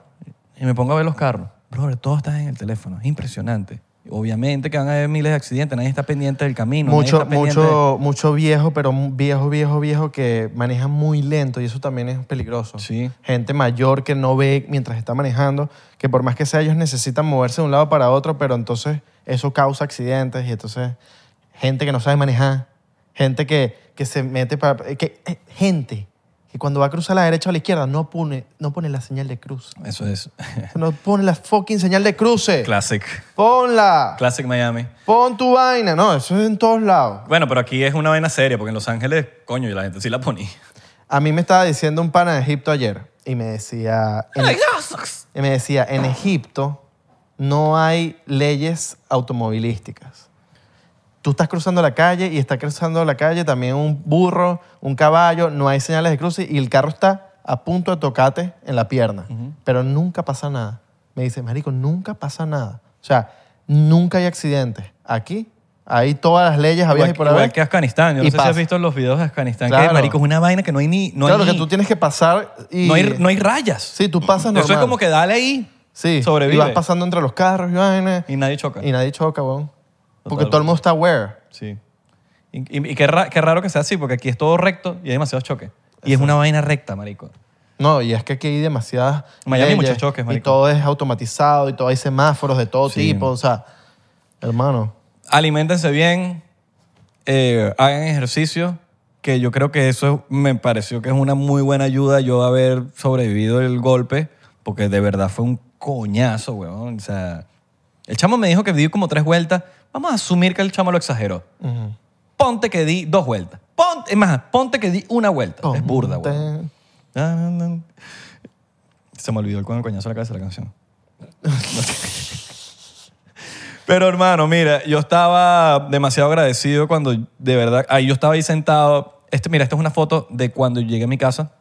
Y me pongo a ver los carros. Brother, todo está en el teléfono. Es impresionante. Obviamente que van a haber miles de accidentes. Nadie está pendiente del camino. nadie mucho, está pendiente mucho, mucho viejo, pero mu- viejo, viejo, viejo que maneja muy lento y eso también es peligroso. Sí. Gente mayor que no ve mientras está manejando, que por más que sea ellos necesitan moverse de un lado para otro, pero entonces eso causa accidentes y entonces gente que no sabe manejar, gente que, que se mete para... eh, Que, eh, gente que cuando va a cruzar a la derecha o a la izquierda no pone, no pone la señal de cruz. de- Eso es. No pone la fucking señal de cruce. Classic. Ponla. Classic Miami. Pon tu vaina. No, eso es en todos lados. Bueno, pero aquí es una vaina seria, porque en Los Ángeles, coño, y la gente sí la ponía. A mí me estaba diciendo un pana de Egipto ayer y me decía, en, E- y me decía, en Egipto no hay leyes automovilísticas. Tú estás cruzando la calle y está cruzando la calle también un burro, un caballo, no hay señales de cruce y el carro está a punto de tocarte en la pierna, pero nunca pasa nada. Me dice, marico, nunca pasa nada. O sea, nunca hay accidentes. Aquí hay todas las leyes habidas y Igual, por igual haber. que Afganistán. Yo Y no sé si pasa. has visto los videos de Afganistán, que Claro. marico, es una vaina que no hay ni... No claro hay, que tú tienes que pasar y... no hay, no hay rayas. Sí, tú pasas normal. Eso es como que dale ahí, Sí, sobrevive. y vas pasando entre los carros y vaina, y nadie choca. y nadie choca, weón. Porque Totalmente. todo el mundo está aware. Sí. Y, y- y qué, ra- qué raro que sea así, porque aquí es todo recto y hay demasiados choques. Y es una vaina recta, marico. No, y es que aquí hay demasiadas Miami hay leyes, muchos choques, Y marico. todo es automatizado y todo hay semáforos de todo Sí. tipo, o sea, hermano. Aliméntense bien, eh, hagan ejercicio, que yo creo que eso es- me pareció que es una muy buena ayuda yo haber sobrevivido el golpe, porque de verdad fue un coñazo, weón. O sea, el chamo me dijo que di como tres vueltas. Vamos a asumir que el chamo lo exageró. Ujú. Ponte que di dos vueltas. Ponte, es más, ponte que di una vuelta. Es burda, Ponte- weón. Na, na, na. Se me olvidó el con el coñazo en la cabeza la canción. Pero hermano, mira, yo estaba demasiado agradecido cuando de verdad, ahí yo estaba ahí sentado. Este, mira, esta es una foto de cuando llegué a mi casa.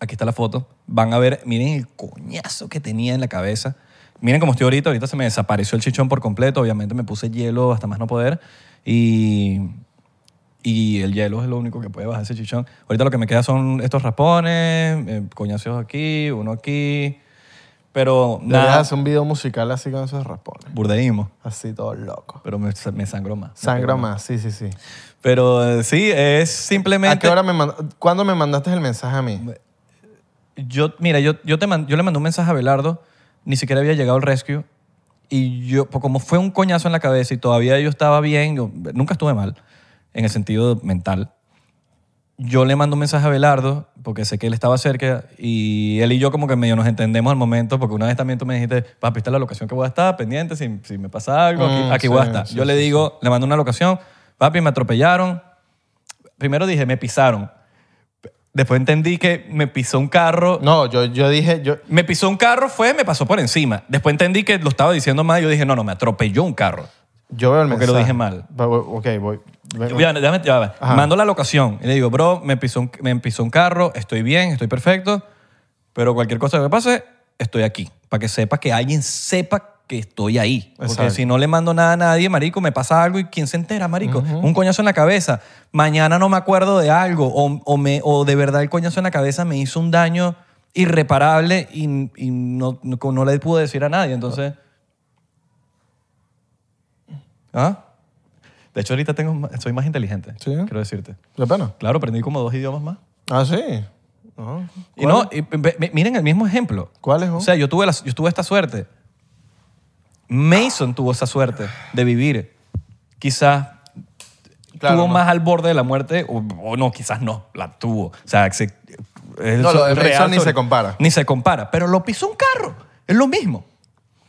Aquí está la foto. Van a ver, miren el coñazo que tenía en la cabeza. Miren cómo estoy ahorita. Ahorita se me desapareció el chichón por completo. Obviamente me puse hielo hasta más no poder. Y, y el hielo es lo único que puede bajar ese chichón. Ahorita lo que me queda son estos raspones, eh, coñazos aquí, uno aquí. Pero Deberías nada, hacer un video musical así con esos raspones. burdeísmo. Así todo loco. Pero me, me sangró más. Sangra Me pegó más, sí, sí, sí. Pero eh, sí, es ¿A simplemente... qué hora me mand- ¿Cuándo me mandaste el mensaje a mí? Yo, mira, yo, yo, te man- yo le mandé un mensaje a Belardo, ni siquiera había llegado el rescue. Y yo, pues, como fue un coñazo en la cabeza y todavía yo estaba bien, yo nunca estuve mal en el sentido mental. Yo le mando un mensaje a Belardo porque sé que él estaba cerca y él y yo como que medio nos entendemos al momento porque una vez también tú me dijiste, papi, esta es la locación que voy a estar, pendiente, si, si me pasa algo, aquí, Mm, aquí voy a sí, estar. sí, yo le sí, digo, le mando una locación, papi, me atropellaron. Primero dije, me pisaron. Después entendí que me pisó un carro. No, yo, yo dije, yo, Me pisó un carro, fue, me pasó por encima. Después entendí que lo estaba diciendo mal. Yo dije, no, no, me atropelló un carro. yo veo el Porque mensaje. lo dije mal. Va- va- Ok, voy. Yo, ya, déjame- ya va. Ajá. Mando la locación y le digo, bro, me pisó, un, me pisó un carro, estoy bien, estoy perfecto, pero cualquier cosa que me pase, estoy aquí. Para que sepa que alguien sepa que estoy ahí. Porque Exacto. si no le mando nada a nadie, marico, me pasa algo y ¿quién se entera, marico? Un coñazo en la cabeza. Mañana no me acuerdo de algo o, o me, o de verdad el coñazo en la cabeza me hizo un daño irreparable y, y no, no, no le pude decir a nadie. Entonces... ¿Ah? De hecho, ahorita tengo, ma- soy más inteligente, Sí. quiero decirte. ¿De pena? Claro, aprendí como dos idiomas más. Ah, sí. No. Y no, y ve- ve- miren el mismo ejemplo. ¿Cuál es? O sea, yo tuve, la- yo tuve esta suerte. Mason tuvo esa suerte de vivir. Quizás Claro, tuvo no. más al borde de la muerte, o, o no, quizás no, la tuvo. O sea, se- es No, lo de real Mason ni sobre- se compara. Ni se compara, pero lo pisó un carro. Es lo mismo.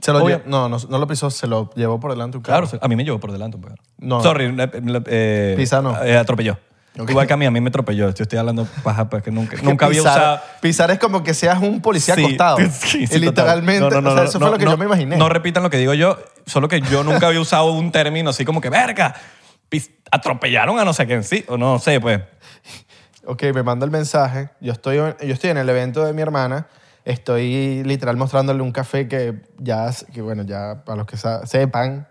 se lo obvio- lle- no, no, no lo pisó, se lo llevó por delante un Claro, carro. a mí me llevó por delante un perro. No. Sorry, la- la- eh, Pisa no. eh, atropelló. Ok. Igual que a mí, a mí me atropelló. Yo estoy hablando paja, pues que nunca, Es que nunca había pisar- usado. Pisar es como que seas un policía Sí, acostado. sí, sí, Y total. literalmente, No, no, no, o sea, no, eso no, fue lo que no, yo me imaginé. No repitan lo que digo yo, solo que yo nunca había usado un término así como que, verga, pis- atropellaron a no sé quién, sí, o no sé, pues. ok, me manda el mensaje. Yo estoy, yo estoy en el evento de mi hermana. Estoy literal mostrándole un café que ya, que bueno, ya para los que sa- sepan,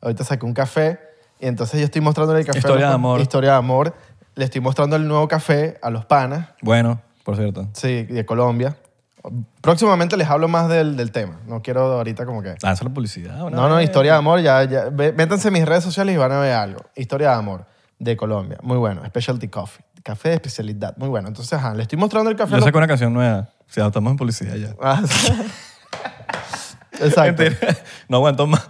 ahorita saqué un café. Y entonces yo estoy mostrándole el café. Historia de amor. Historia de amor. Le estoy mostrando el nuevo café a los panas, Bueno, por cierto. sí, de Colombia. Próximamente les hablo más del, del tema. No quiero ahorita como que... Lanza Ah, la publicidad. una No, no, vez. Historia de Amor, ya, ya. Ve- Métanse en mis redes sociales y van a ver algo. Historia de Amor de Colombia, muy bueno. Specialty Coffee, café de especialidad, muy bueno. Entonces, ajá, le estoy mostrando el café. a Yo los- saco una canción nueva. Si la estamos en publicidad ya. Ah, sí. Exacto. Mentira. No aguanto más.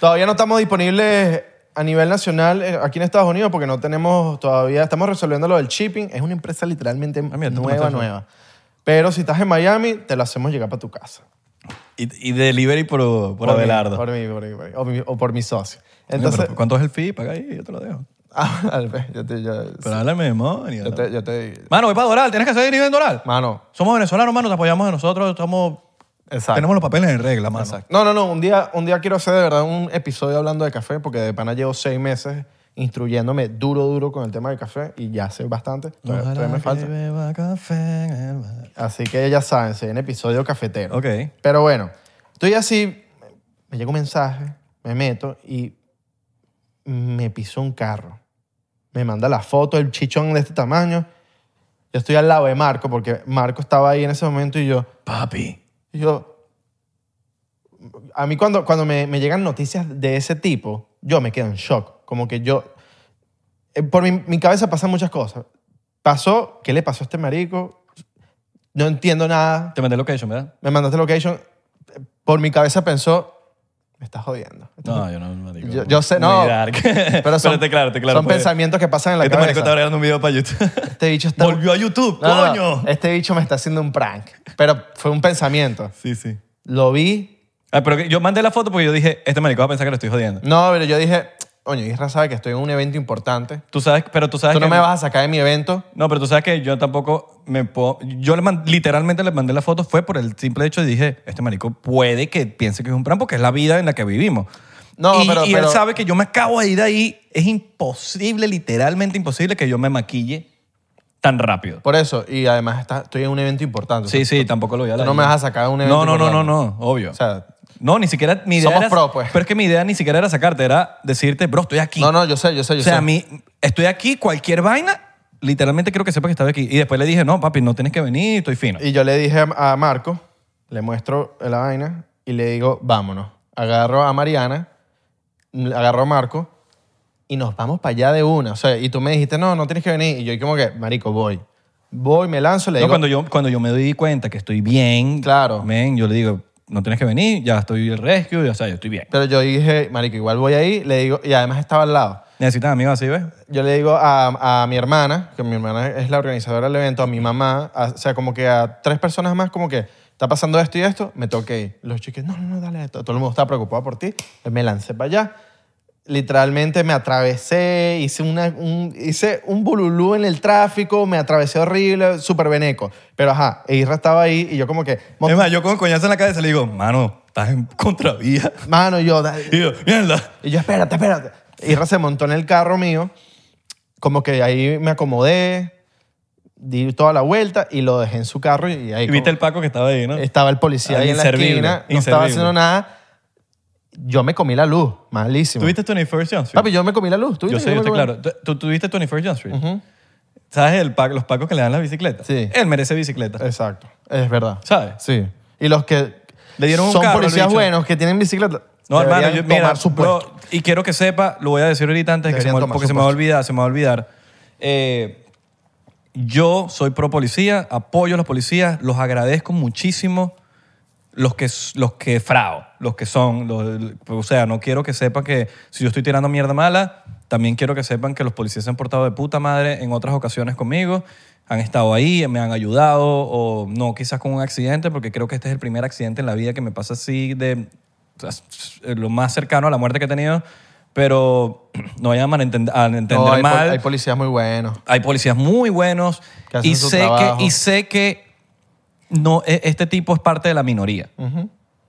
Todavía no estamos disponibles a nivel nacional eh, aquí en Estados Unidos porque no tenemos todavía, estamos resolviendo lo del shipping. Es una empresa literalmente Ah, mira, tú nueva, compraste eso. nueva. Pero si estás en Miami, te lo hacemos llegar para tu casa. Y, y delivery por, por, mí, Abelardo. por mí, por mí, por mí. O, mi- o por mi socio. Coño, Entonces, ah, pero ¿Cuánto es el fee? Paga ahí, yo te lo dejo. yo te, yo- Pero háblame, demonio. yo te- yo te- Mano, voy para Doral. Tienes que salir dirigido en Doral. Mano, Somos venezolanos, mano. Te apoyamos de nosotros. Estamos, exacto. tenemos los papeles en regla, mano. Exacto. No, no, no. Un día, un día quiero hacer de verdad un episodio hablando de café porque de pana llevo seis meses instruyéndome duro, duro con el tema del café y ya sé bastante. Todavía, Ojalá todavía me que falta. beba café en el bar. Así que ya saben, se viene episodio cafetero. Ok. Pero bueno, estoy así, me llega un mensaje, me meto y me pisó un carro. Me manda la foto del chichón de este tamaño. Yo estoy al lado de Marco porque Marco estaba ahí en ese momento y yo... Papi. Y yo, a mí cuando, cuando me, me llegan noticias de ese tipo, yo me quedo en shock. Como que yo, eh, por mi, mi cabeza pasan muchas cosas. Pasó, ¿qué le pasó a este marico? No entiendo nada. Te mandé location, ¿verdad? Me mandaste location. Por mi cabeza pensó, me estás jodiendo. No, yo no. marico. Yo- yo sé, Muy no. dark. Pero son- te claro, te claro. son pues. pensamientos que pasan en la Este marico está cabeza. grabando un video para YouTube. Este bicho está... Volvió a YouTube, No, no, no. coño. Este bicho me está haciendo un prank. Pero fue un pensamiento. Sí, sí. Lo vi, Ah, pero que- yo mandé la foto porque yo dije, este marico va a pensar que lo estoy jodiendo. No, pero yo dije, coño, Isra sabe que estoy en un evento importante. Tú sabes, pero tú sabes Tú no que... me vas a sacar de mi evento. No, pero tú sabes que yo tampoco me puedo... Yo le man- literalmente le mandé la foto fue por el simple hecho de dije, este marico puede que piense que es un plan porque es la vida en la que vivimos. No, y, pero- y pero- él sabe que yo me acabo de ir de ahí. Es imposible, literalmente imposible que yo me maquille tan rápido. Por eso, y además está- estoy en un evento importante. Sí, sí, tampoco lo voy a Tú la no me vas a sacar de un evento No, no, no, no, importante. no, obvio. O sea, no, ni siquiera mi idea somos era- pro, pues. Pero es que mi idea ni siquiera era sacarte, era decirte, bro, estoy aquí. no, no, yo sé, yo sé, yo O sea, sé. a mí, estoy aquí, cualquier vaina, literalmente quiero que sepas que estaba aquí. Y después le dije, no, papi, no tienes que venir, estoy fino. Y yo le dije a a Marco, le muestro la vaina y le digo, vámonos. Agarro a Mariana, mm, agarro a Marco y nos vamos para allá de una. O sea, y tú me dijiste, no, no tienes que venir. Y yo como que, marico, voy. Voy, me lanzo, le No, digo... cuando, yo, cuando yo me doy cuenta que estoy bien, Claro. men, yo le digo, no tienes que venir, ya estoy el rescue, o sea, yo estoy bien. Pero yo dije, marico, igual voy ahí. Le digo, y además estaba al lado. Necesitas amigos así, ¿ves? yo le digo a, a mi hermana, que mi hermana es la organizadora del evento, a mi mamá, a- o sea, como que a tres personas más, como que está pasando esto y esto, me toqué ir. Los chicos, no, no, no, dale, to- todo el mundo está preocupado por ti. Me lancé para allá. Literalmente me atravesé, hice, una, un, hice un bululú en el tráfico, me atravesé horrible, súper beneco. Pero ajá, Isra estaba ahí y yo como que, mo- Es más, yo con coñazo en la cabeza le digo, mano, estás en contravía. mano, yo, dale, Y yo, mierda. Y yo, espérate, espérate. Irra se montó en el carro mío, como que ahí me acomodé, di toda la vuelta y lo dejé en su carro y ahí Y viste el como- Paco que estaba ahí, ¿no? Ah, estaba el policía ahí en la Inservible, esquina, no estaba inservible. haciendo nada. Yo me comí la luz, malísimo. ¿Tuviste 21st Jump Street? Papi, yo me comí la luz. ¿Tú yo sé, viste que yo me estoy comí- claro. ¿Tú tuviste 21st Jump Street? ¿Sabes el pack, los pacos que le dan las bicicletas? Sí. Él merece bicicleta. Exacto, es verdad. ¿Sabes? Sí. Y los que Le dieron un son carro, policías lo dicho. buenos que tienen bicicleta No, hermano, deberían yo, mira, tomar su puesto. bro, y quiero que sepa, lo voy a decir ahorita antes de que se Deberían me, ol- tomar porque su se me va a puesto. olvidar, se me va a olvidar. Eh, yo soy pro policía, apoyo a los policías, los agradezco muchísimo los que, s- los que frao, los que son, los- o sea, no quiero que sepan que si yo estoy tirando mierda mala, también quiero que sepan que los policías se han portado de puta madre en otras ocasiones conmigo, han estado ahí, me han ayudado, o no, quizás con un accidente, porque creo que este es el primer accidente en la vida que me pasa así de o sea, s- s- lo más cercano a la muerte que he tenido, pero no vayan a malenten- a entender No, hay, pol- mal hay policías muy buenos. hay policías muy buenos Que hacen y su sé trabajo. que y sé que no e- este tipo es parte de la minoría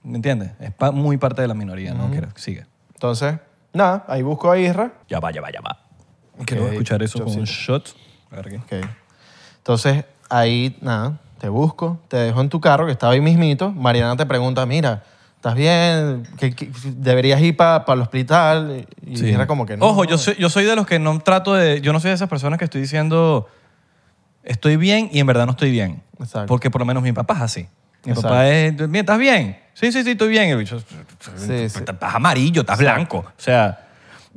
¿me entiendes? es pa- muy parte de la minoría no quiero sigue Entonces, nada, ahí busco a Isra. ya va ya va ya va quiero Ok, escuchar eso con un chocito. shot A ver qué. Ok. Entonces, ahí, nada, te busco, te dejo en tu carro, que estaba ahí mismito. Mariana te pregunta, mira, ¿estás ¿Estás bien? ¿Qué- qué- deberías ir para el hospital. Y Sí. era como que no. Ojo, yo soy, yo soy de los que no trato de. Yo no soy de esas personas que estoy diciendo estoy bien y en verdad no estoy bien. Exacto. Porque por lo menos mi papá es así. Mi Exacto. papá es. "Bien, ¿Estás bien? Sí, sí, sí, estoy bien. Y el bicho. Sí, sí. Estás amarillo, estás blanco. O sea.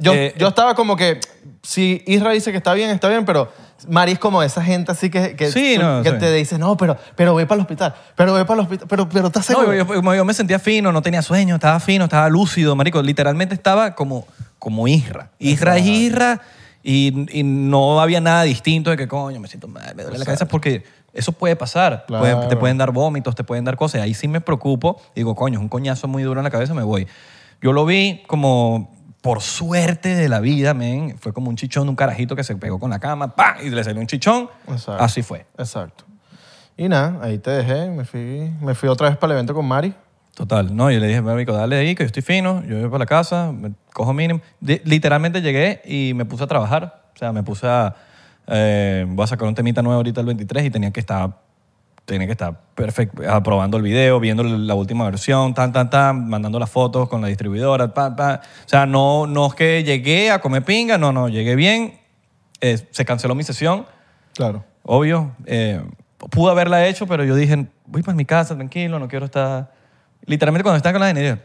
Yo, eh, yo estaba como que, si Isra dice que está bien, está bien, pero Mari es como esa gente así que, que, Sí, tú- no, que sí. te dice, no, pero, pero ve para el hospital, pero ve para el hospital, pero, pero estás seguro. No, yo, yo- yo me sentía fino, no tenía sueño, estaba fino, estaba lúcido, marico. Literalmente estaba como, como Isra. Isra es Isra y, y no había nada distinto de que, coño, me siento mal, me duele la cabeza, porque eso puede pasar. Claro. Pueden- te pueden dar vómitos, te pueden dar cosas. Ahí sí me preocupo y digo, coño, es un coñazo muy duro en la cabeza, me voy. Yo lo vi como... Por suerte de la vida, men, fue como un chichón de un carajito que se pegó con la cama, ¡pam! y le salió un chichón. Exacto. Así fue. Exacto. Y nada, ahí te dejé, me fui, me fui otra vez para el evento con Mari. Total, no, yo le dije, marico, dale ahí que yo estoy fino, yo voy para la casa, me cojo mínimo. Di- literalmente llegué y me puse a trabajar, o sea, me puse a, eh, voy a sacar un temita nuevo ahorita el 23 y tenía que estar, tenía que estar perfecto, aprobando el video, viendo la última versión, tan, tan, tan, mandando las fotos con la distribuidora, pa, pa. O sea, no, no es que llegué a comer pinga, no, no, llegué bien, eh, se canceló mi sesión, Claro. obvio. eh, pude haberla hecho, pero yo dije, voy para mi casa, tranquilo, no quiero estar... Literalmente cuando estaba con la Daniela,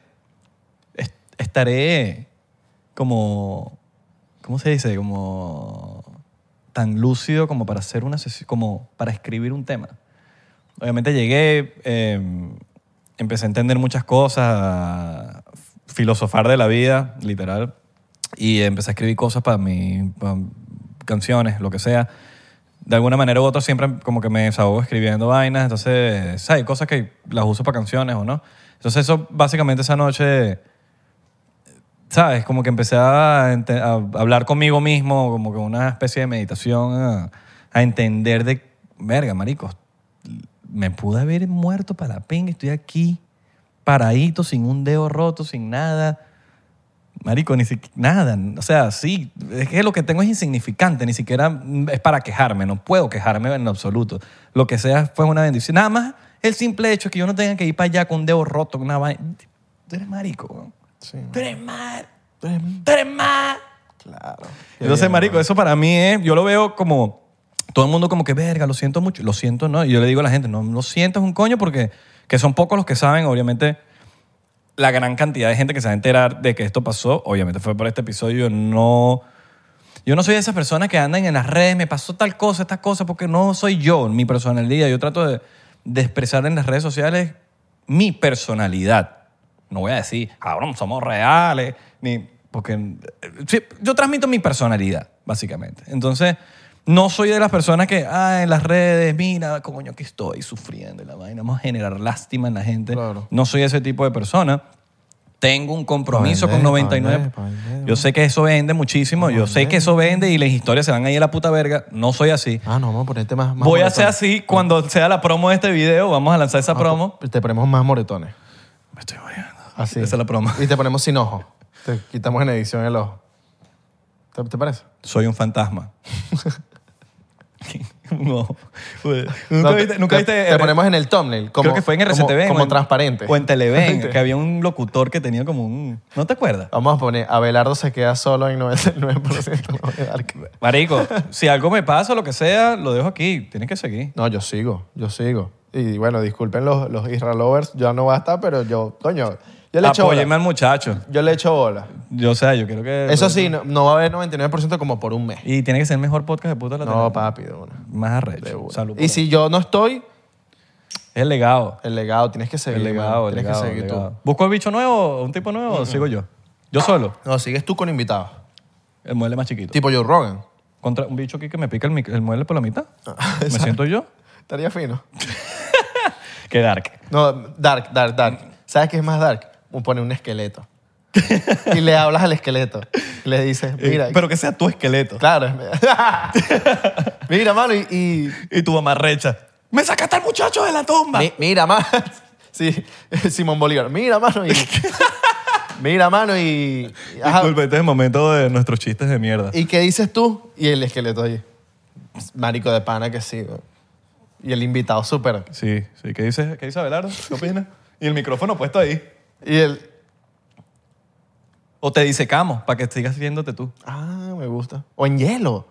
est- estaré como... ¿Cómo se dice? Como tan lúcido como para hacer una sesión, como para escribir un tema. Obviamente llegué, eh, empecé a entender muchas cosas, a filosofar de la vida, literal, y empecé a escribir cosas para mi para canciones, lo que sea. De alguna manera u otra siempre como que me desahogo escribiendo vainas, entonces ¿sabes? hay cosas que las uso para canciones o no. Entonces eso básicamente esa noche, ¿sabes? Como que empecé a, ente- a hablar conmigo mismo, como que una especie de meditación, a, a entender de, verga, maricos, me pude haber muerto para la pinga, estoy aquí, paradito, sin un dedo roto, sin nada. Marico, ni siquiera, nada. O sea, sí, es que lo que tengo es insignificante, ni siquiera mm, es para quejarme, no puedo quejarme en lo absoluto. Lo que sea fue una bendición. Nada más el simple hecho que yo no tenga que ir para allá con un dedo roto, con una vaina. Tú eres marico, weón. Sí. Tú eres mal. Tú eres mal. Tú eres mal. Claro. Qué Entonces, bien, marico, eso para mí es, yo lo veo como, todo el mundo como que, verga, lo siento mucho, lo siento, no. Y yo le digo a la gente, no, lo siento es un coño porque, que son pocos los que saben, obviamente, la gran cantidad de gente que se va a enterar de que esto pasó, obviamente fue por este episodio, no... Yo no soy de esas personas que andan en las redes, me pasó tal cosa, estas cosas, porque no soy yo, mi personalidad. Yo trato de, de expresar en las redes sociales mi personalidad. No voy a decir, ahora somos reales, ni. Porque. eh, sí, yo transmito mi personalidad, básicamente. Entonces, no soy de las personas que, ah, en las redes, mira, coño, que estoy sufriendo y la vaina, vamos a generar lástima en la gente. Claro. No soy ese tipo de persona. Tengo un compromiso Pa' vender, con 99. pa' vender, pa' vender. Yo sé que eso vende muchísimo, yo sé que eso vende y las historias se van ahí a la puta verga. No soy así. Ah, no, vamos a ponerte más, más Voy a moretones. ser así cuando sea la promo de este video, vamos a lanzar esa Ah, promo. Te ponemos más moretones. Me estoy variando. Así. Esa es la promo. Y te ponemos sin ojo. Te quitamos en edición el ojo. ¿Te, te parece? Soy un fantasma. no. No, Nunca te- viste, nunca te, viste eh, Te ponemos en el thumbnail. Como, creo que fue en como- RCTV. Como, o en- transparente. O en Televen, que había un locutor que tenía como un... ¿No te acuerdas? Vamos a poner, Abelardo se queda solo en 99% de Dark. Marico, si algo me pasa, lo que sea, lo dejo aquí. Tienes que seguir. No, yo sigo, yo sigo. Y bueno, disculpen los, los Isra lovers, ya no va a estar, pero yo, coño, yo le echo Apóyeme bola. al muchacho. Yo le echo bola. Yo, o sea, yo creo que... Eso sí, no, no va a haber 99% como por un mes. Y tiene que ser el mejor podcast de puta la No, papi, de una. Más De arrecho. una. Salud. por Y si yo no estoy, eso. El legado. el legado, tienes que seguir. El legado, mano, el tienes legado. que el seguir tú. legado. ¿Busco el bicho nuevo, un tipo nuevo o sigo yo? Yo solo. No, sigues tú con invitados. El mueble más chiquito. Tipo Joe Rogan. Contra un bicho aquí que me pica el, mic- el mueble por la mitad. Ah, me siento yo. Estaría fino. Qué dark. No, dark, dark, dark. ¿Sabes qué es más dark? Un- Pone un esqueleto. y le hablas al esqueleto. Y le dices, Eh, mira. Pero que sea tu esqueleto. Claro. es- mira, mano, y- y Y tu mamá recha. ¡Me sacaste al muchacho de la tumba! Mi- mira, mano. Sí, Simón Bolívar. Mira, mano. Y, mira, mano. Y, y- ajá. Disculpe, este es el momento de nuestros chistes de mierda. ¿Y qué dices tú? Y el esqueleto allí. Marico de pana que sí. güey. Y el invitado súper. Sí, sí. ¿Qué dice, qué dice Abelardo? ¿Qué opinas? y el micrófono puesto ahí. Y él, O te disecamos para que sigas viéndote tú. ah, me gusta. O en hielo.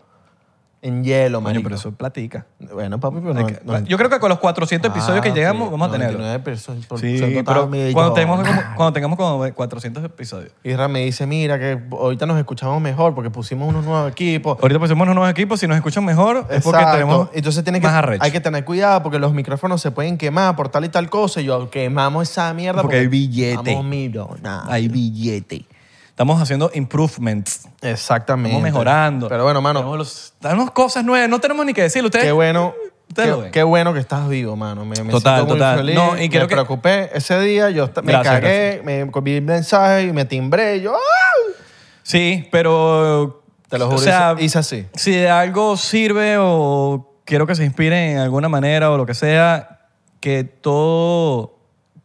En hielo, Coño, marico. pero eso es platica. Bueno, papi, pero Hay no, que- no- Yo creo que con los 400 episodios que Ah, llegamos sí, vamos a tenerlo. 99 personas por Sí, ciento pero también, cuando yo- tengamos, como, cuando tengamos como 400 episodios. Isra me dice, mira, que ahorita nos escuchamos mejor porque pusimos unos nuevos equipos. Ahorita pusimos unos nuevos equipos, si nos escuchan mejor es porque Exacto. tenemos Entonces tiene que, más arrecho. hay que tener cuidado porque los micrófonos se pueden quemar por tal y tal cosa. Y yo, quemamos esa mierda Porque hay billete. estamos millonarios. Hay billete. Estamos haciendo improvements. Exactamente. Estamos mejorando. Pero bueno, Tenemos, mano, los- tenemos cosas nuevas. No tenemos ni que decirlo. Ustedes, qué bueno. Ustedes lo Qué, ven. qué bueno que estás vivo, mano. Me, me Total, siento muy total. feliz. No, y me creo que- preocupé ese día. Yo esta- me Gracias, cagué, me comí el mensaje y me timbré. y Yo, ¡ah! Sí, pero... Te lo juro, o sea, hice- hice así. Si de algo sirve o quiero que se inspiren en alguna manera o lo que sea, que todo,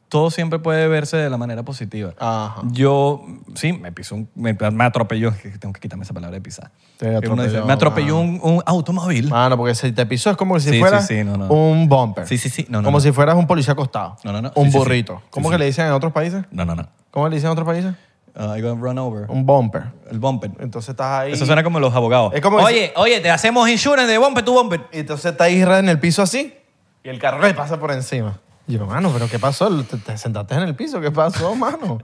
todo siempre puede verse de la manera positiva. Ajá. Yo, sí, me pisó un- me, me atropelló. Es que Tengo que quitarme esa palabra de pisar. Te Que uno dice, atropelló, Ah. me atropelló un, mano. un automóvil. Mano, porque si te pisó es como si Sí, sí, fueras sí, no, no. un bumper. Sí, sí, sí, no, no, como no. si fueras un policía acostado. No, no, no, Un sí, sí, sí. burrito. Sí, ¿Cómo sí. que le dicen en otros países? No, no, no. ¿Cómo le dicen en otros países? Uh, I got run over. Un bumper. El bumper. Entonces estás ahí. Eso suena como los abogados. Es como- oye, oye, te hacemos insurance de bumper, tu bumper. Y entonces está Isra en el piso así y el carro le pasa por encima. Y yo, mano, ¿pero qué pasó? ¿Te, te sentaste en el piso? ¿Qué pasó, mano?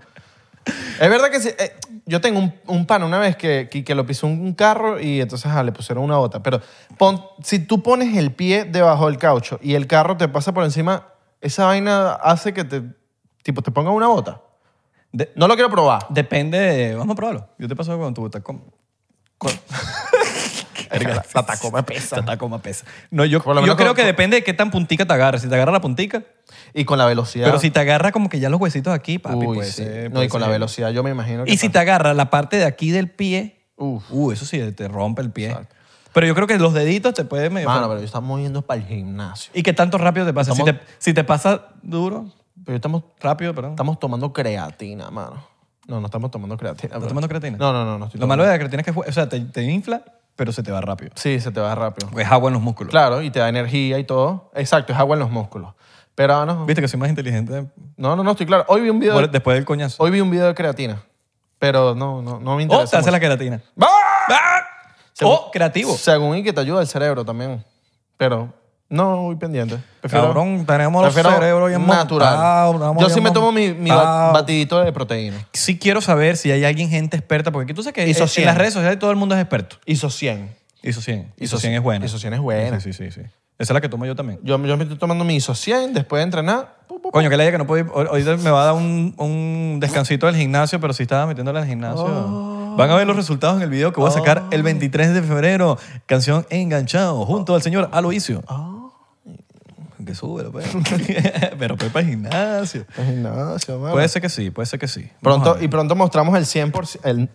es verdad que sí, eh, yo tengo un, un pana una vez que, que, que lo pisó un carro y entonces ah, le pusieron una bota. Pero pon- si tú pones el pie debajo del caucho y el carro te pasa por encima, esa vaina hace que te, tipo, te ponga una bota. De- No lo quiero probar. depende de- Vamos a probarlo. Yo te paso con tu tacoma. La, la tacoma pesa. Esta tacoma pesa. No, yo, Por lo yo menos creo con- que con- depende de qué tan puntica te agarra. Si te agarra la puntica, Y con la velocidad. pero si te agarra como que ya los huesitos aquí, papi, Uy, puede sí. ser, No, puede y con la ser. velocidad yo me imagino que Y si te pasa. agarra la parte de aquí del pie, Uf. uh, eso sí, te rompe el pie. Exacto. Pero yo creo que los deditos te pueden medio... Mano, pero yo estamos yendo para el gimnasio. y que tanto rápido te pasa. Si, Estamos- te, si te pasa duro, Pero estamos, rápido, perdón. estamos tomando creatina, mano. No, no estamos tomando creatina. ¿Estás tomando creatina? No, no, no. no estoy Lo tomando- malo de la creatina es que fue- o sea, te, te infla, pero se te va rápido. Sí, se te va rápido. Porque es agua en los músculos. Claro, y te da energía y todo. Exacto, es agua en los músculos. Pero ah, no, Viste que soy más inteligente no, no, no estoy claro. Hoy vi un video, por- después del coñazo. hoy vi un video de creatina. Pero no, no, no me O te interesa. hace mucho. la creatina. ¡Ah! Oh, ¡Ah! Según- O creativo. Según y que te ayuda el cerebro también. Pero no, voy pendiente. Cabrón, tenemos el prefiero cerebro bien montado, natural. estamos Yo bien sí me tomo mi, mi ba- montados. batidito de proteína. Sí quiero saber si hay alguien gente experta, porque aquí tú sabes que Hizo en- en cien. las redes sociales todo el mundo es experto. ISO 100. ISO 100. ISO ISO 100 es buena. ISO 100 es buena. Sí, sí, sí. sí. Esa es la que tomo yo también. Yo, yo me estoy tomando mi ISO 100 después de entrenar. pu, pu, pu. Coño, que le haya que no puedo ir. Hoy- Ahorita me va a dar un, un descansito del gimnasio, pero si estaba metiéndole al gimnasio. Van a ver los resultados en el video que voy a sacar el 23 de febrero. Canción Enganchado, junto al señor Aloisio. Que sube, pues. pero pues para el gimnasio. Al gimnasio, mano. Puede ser que sí, puede ser que sí. Vamos a pronto, ver. y pronto mostramos el 100%. El...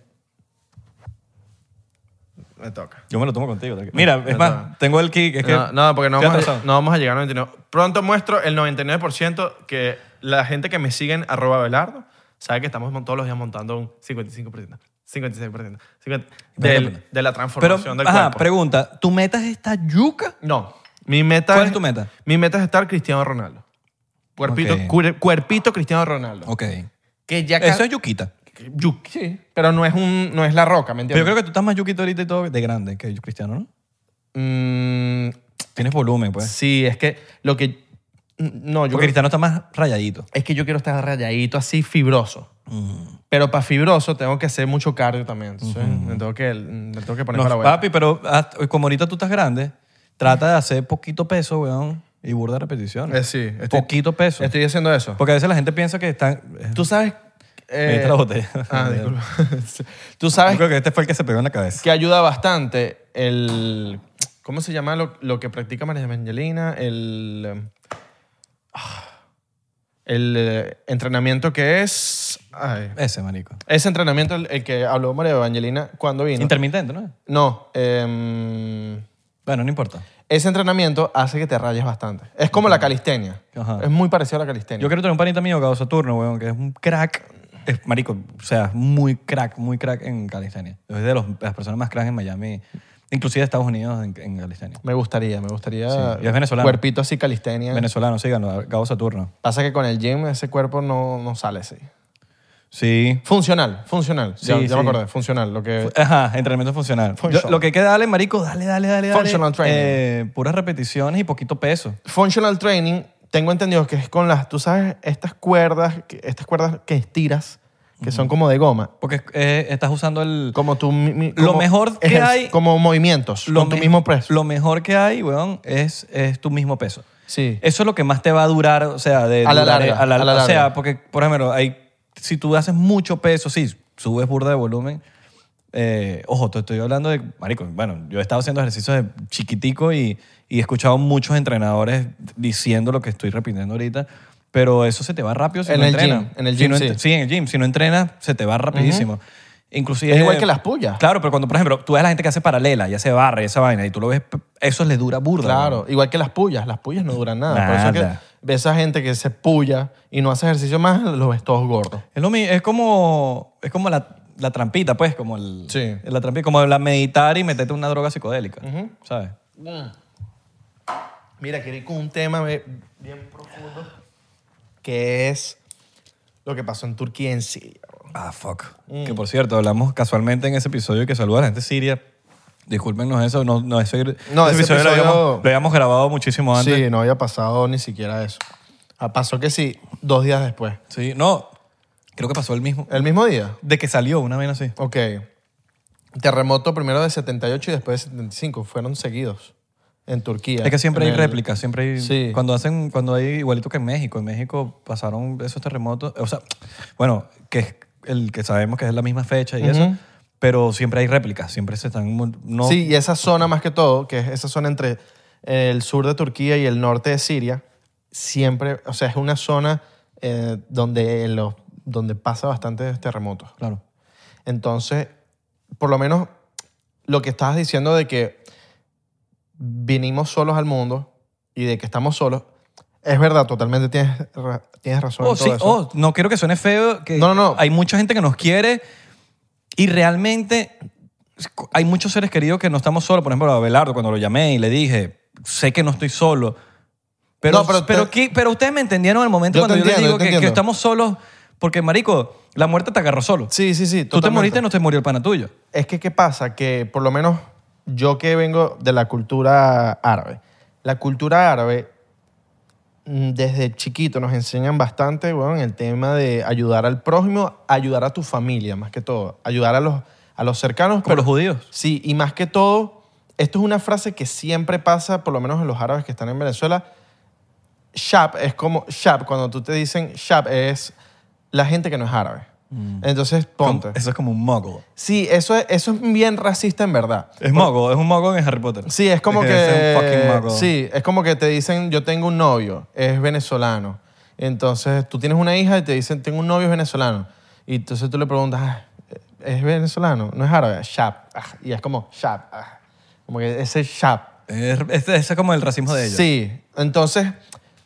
Me toca. Yo me lo tomo contigo. tranquilo. Mira, es más, tengo el kick. Es que No, no, porque no Estoy vamos, a, atrasado. no vamos a llegar al 99. Pronto muestro el 99% que la gente que me siguen, arroba Belardo, sabe que estamos mon- todos los días montando un 55%, 56%, 50, del- de la transformación Pero, del ajá, cuerpo. pregunta. ¿Tu meta es esta yuca? No. Mi meta ¿Cuál es tu meta? Mi meta es estar Cristiano Ronaldo. Cuerpito, Ok. cuer- cuerpito Cristiano Ronaldo. Ok. Que ya ca- Eso es yuquita. Yu- sí, pero no es, un, no es la roca, Pero ¿me yo entiendes? creo que tú estás más yuquita ahorita y todo de grande que yo, Cristiano, ¿no? Mm, Tienes volumen, pues. sí, es que lo que... mm, No, yo Porque creo- Cristiano está más rayadito. es que yo quiero estar rayadito así fibroso. Mm. Pero para fibroso tengo que hacer mucho cardio también. Entonces me, tengo que, me tengo que poner No, para la vuelta. papi, pero hasta- como ahorita tú estás grande, trata de hacer poquito peso, weón, y burda repeticiones. Eh, sí, estoy- poquito peso. Estoy haciendo eso. Porque a veces la gente piensa que están... Tú sabes... eh, entra la botella. Ah, disculpa. Tú sabes Yo creo que este fue el que se pegó en la cabeza. que ayuda bastante el... ¿Cómo se llama lo, lo que practica María Evangelina? El... eh, ah, El eh, entrenamiento que es... ay, Ese, marico. ese entrenamiento el, el que habló María Evangelina cuando vino. Intermitente, ¿no? no, em, Bueno, no importa. ese entrenamiento hace que te rayes bastante. Es como la calistenia. Ajá. Es muy parecido a la calistenia. Yo quiero tener un panita mío, Gabo Saturno, weón, que es un crack. Es, marico, o sea, es muy crack, muy crack en calistenia. Es de los- las personas más crack en Miami, inclusive de Estados Unidos en, en calistenia. Me gustaría, me gustaría... Sí, y es venezolano. Cuerpito así, calistenia. Venezolano, síganlo, Gabo Saturno. Pasa que con el gym ese cuerpo no, no sale así. Sí. Funcional, funcional. ya, Sí, ya me sí. acordé, funcional. Lo que, Ajá, entrenamiento funcional. Yo- Functional. lo que hay que darle, marico, dale, dale, dale. dale. Functional training. Eh, puras repeticiones y poquito peso. functional training, tengo entendido que es con las, tú sabes, estas cuerdas, que- estas cuerdas que estiras, que son como de goma. Porque eh, estás usando el... Como tu... mi- mi- Lo como mejor que ejer- hay- Como movimientos, con tu me- mismo peso. Lo mejor que hay, weón, es, es tu mismo peso. sí. Eso es lo que más te va a durar, o sea, de A la durar, larga, eh, a la O sea, larga. porque, por ejemplo, hay, si tú haces mucho peso, sí, subes burda de volumen. eh, ojo, te estoy hablando de, marico, bueno, yo he estado haciendo ejercicios de chiquitico y, y he escuchado muchos entrenadores diciendo lo que estoy repitiendo ahorita, pero eso se te va rápido si En no el entrenas. gym, en el Si gym, no ent- sí. en el gym. Si no entrenas, se te va rapidísimo. Inclusive... Es igual que las pullas. Claro, pero cuando, por ejemplo, tú ves a la gente que hace paralela, ya se barra y esa vaina, y tú lo ves, p- eso le dura burda. Claro, igual que las pullas. Las pullas no duran nada. Por eso es Nada. que ves a gente que se puya y no hace ejercicio más, los ves todos gordos. Es, lo mi- es como, es como la, la trampita, pues, como el, Sí. la trampita, como la meditar y meterte una droga psicodélica, ¿sabes? Mira, quiero ir con un tema be- bien profundo que es lo que pasó en Turquía en Siria. Ah, fuck. Mm. Que por cierto, hablamos casualmente en ese episodio que saluda a la gente siria. Discúlpenos eso, no, no, ese, No, ese lo, episodio- habíamos, lo habíamos grabado muchísimo antes. Sí, no había pasado ni siquiera eso. Ah, Pasó que sí, dos días después. Sí, no, creo que pasó el mismo. ¿El mismo día? De que salió una vaina así. Ok. Terremoto primero de 78 y después de 75. Fueron seguidos en Turquía. Es que siempre En hay el- réplicas, siempre hay... Sí. Cuando hacen, cuando hay igualito que en México, en México pasaron esos terremotos, o sea, bueno, que es el que sabemos que es la misma fecha y eso, pero siempre hay réplicas, siempre se están... mu- No, Sí, y esa zona más que todo, que es esa zona entre el sur de Turquía y el norte de Siria, siempre, o sea, es una zona eh, donde, los, donde pasa bastantes terremotos. Claro. Entonces, por lo menos lo que estabas diciendo de que vinimos solos al mundo y de que estamos solos, es verdad, totalmente tienes, ra- tienes razón. en Oh, todo sí, eso. oh, no quiero que suene feo, que No, no, no. hay mucha gente que nos quiere y realmente hay muchos seres queridos que no estamos solos. Por ejemplo, a Abelardo, cuando lo llamé y le dije, sé que no estoy solo. Pero, No, pero pero, te- ¿qué- pero ustedes me entendieron en el momento Yo te cuando yo les entiendo, digo yo te que, que entiendo. estamos solos, porque, marico, la muerte te agarró solo. Sí, sí, sí. Tú te totalmente. moriste y no te murió el pana tuyo. Es que, ¿qué pasa? Que por lo menos yo que vengo de la cultura árabe, la cultura árabe mm, desde chiquito nos enseñan bastante, bueno, en el tema de ayudar al prójimo, ayudar a tu familia, más que todo, ayudar a los, a los cercanos. Como los judíos. Sí, y más que todo, esto es una frase que siempre pasa, por lo menos en los árabes que están en Venezuela. Shab es como Shab, cuando tú te dicen Shab es la gente que no es árabe. Entonces, Mm. Como- ponte. Eso es como un mogo. Sí, eso es, eso es bien racista en verdad. Es mogo, es un mogo en Harry Potter. Sí, es como que, es un fucking mogo. sí, es como que te dicen, yo tengo un novio, es venezolano. Entonces, tú tienes una hija y te dicen, tengo un novio es venezolano. Y entonces tú le preguntas, "Ah, ¿es venezolano? No es árabe, shab. Ah, Y es como shab. ah. Como que ese shab. Es, es- es como el racismo de ellos. Sí, entonces,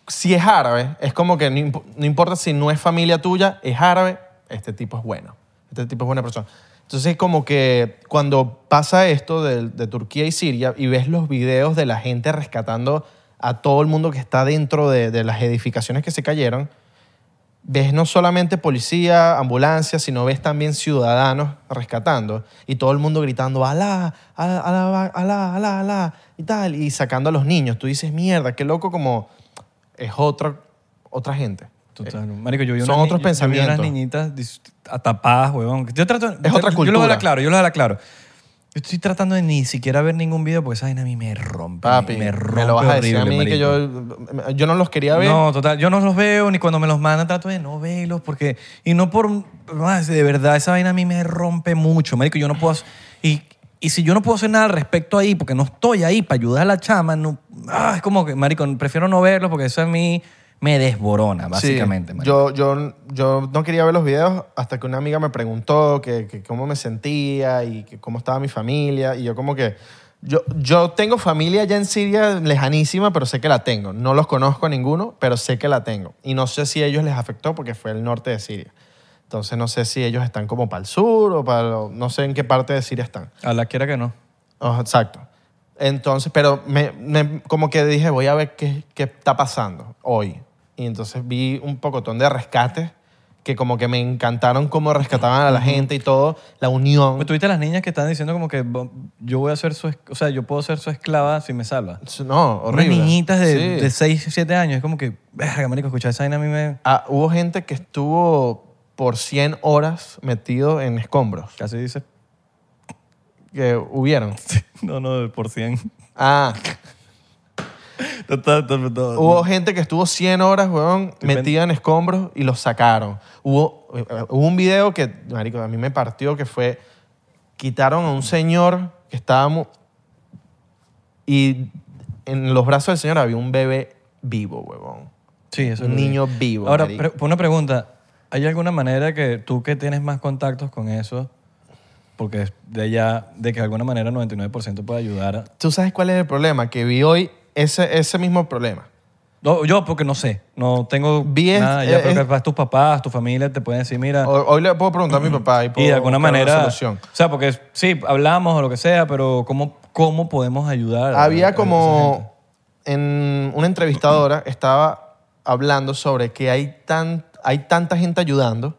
si es árabe, es como que no, imp- no importa si no es familia tuya, es árabe, este tipo es bueno, este tipo es buena persona. Entonces, como que cuando pasa esto de, de Turquía y Siria y ves los videos de la gente rescatando a todo el mundo que está dentro de, de las edificaciones que se cayeron, ves no solamente policía, ambulancia, sino ves también ciudadanos rescatando y todo el mundo gritando alá, alá, alá, alá, alá, alá", y tal, y sacando a los niños. Tú dices, mierda, qué loco como es otra, otra gente. Total. Marico, yo vi son unas ni- yo- yo otros vi pensamientos. unas niñitas dis- atapadas, huevón. Yo trato, es otra Yo lo cultura. voy a claro, yo lo voy a claro. Yo estoy tratando de ni siquiera ver ningún video porque esa vaina a mí me rompe. Papi, me me, rompe lo vas a decir horrible, a mí que marico. yo, yo no los quería ver. No, total, yo no los veo ni cuando me los mandan trato de no verlos porque y no por más de verdad esa vaina a mí me rompe mucho, marico, yo no puedo hacer- y y si yo no puedo hacer nada al respecto ahí porque no estoy ahí para ayudar a la chama, no ah, es como que marico, prefiero no verlos porque eso a mí me desborona Sí, básicamente, marico. yo, yo, yo no quería ver los videos hasta que una amiga me preguntó que, que cómo me sentía y que cómo estaba mi familia. Y yo como que... Yo, yo tengo familia allá en Siria lejanísima, pero sé que la tengo. No los conozco a ninguno, pero sé que la tengo. Y no sé si a ellos les afectó porque fue el norte de Siria. Entonces no sé si ellos están como para el sur o para... lo- No sé en qué parte de Siria están. A la quiera que no. Ajá, exacto. Entonces, pero me, me- como que dije, voy a ver qué, qué está pasando hoy. Y entonces vi un pocotón de rescates que como que me encantaron cómo rescataban a la gente y todo, la unión. Pues Tuviste las niñas que están diciendo como que bo- yo voy a ser su, es- o sea, yo puedo ser su esclava si me salva. No, Unas horrible. niñitas de, Sí. 6, 7 años, es como que, verga, marico, escuchar esa vaina a mí me... Ah, hubo gente que estuvo por 100 horas metido en escombros. Casi dice, Que hubieron. no, no, por 100. Ah, Total, total, total. hubo gente que estuvo 100 horas, weón, Estoy metida en escombros y los sacaron. Hubo, eh, hubo un video que, marico, a mí me partió que fue, quitaron a un señor que estábamos y en los brazos del señor había un bebé vivo, huevón. Sí, eso Un lo vi. niño vivo, Ahora, marico. pre- una pregunta. ¿Hay alguna manera que tú que tienes más contactos con eso, porque es de allá, de que de alguna manera 99% puede ayudar? a- ¿Tú sabes cuál es el problema? Que vi hoy ese, ese mismo problema. No, yo porque no sé, no tengo Vi es- nada, ya, eh, pero es- capaz tus papás, tu familia te pueden decir, mira, Hoy, hoy le puedo preguntar a mi papá Ah. y, y puedo de alguna buscar una manera, o solución. sea, porque sí, hablamos o lo que sea, pero ¿cómo, cómo podemos ayudar? a- a esa Había gente? como en una entrevistadora estaba hablando sobre que hay, tan, hay tanta gente ayudando,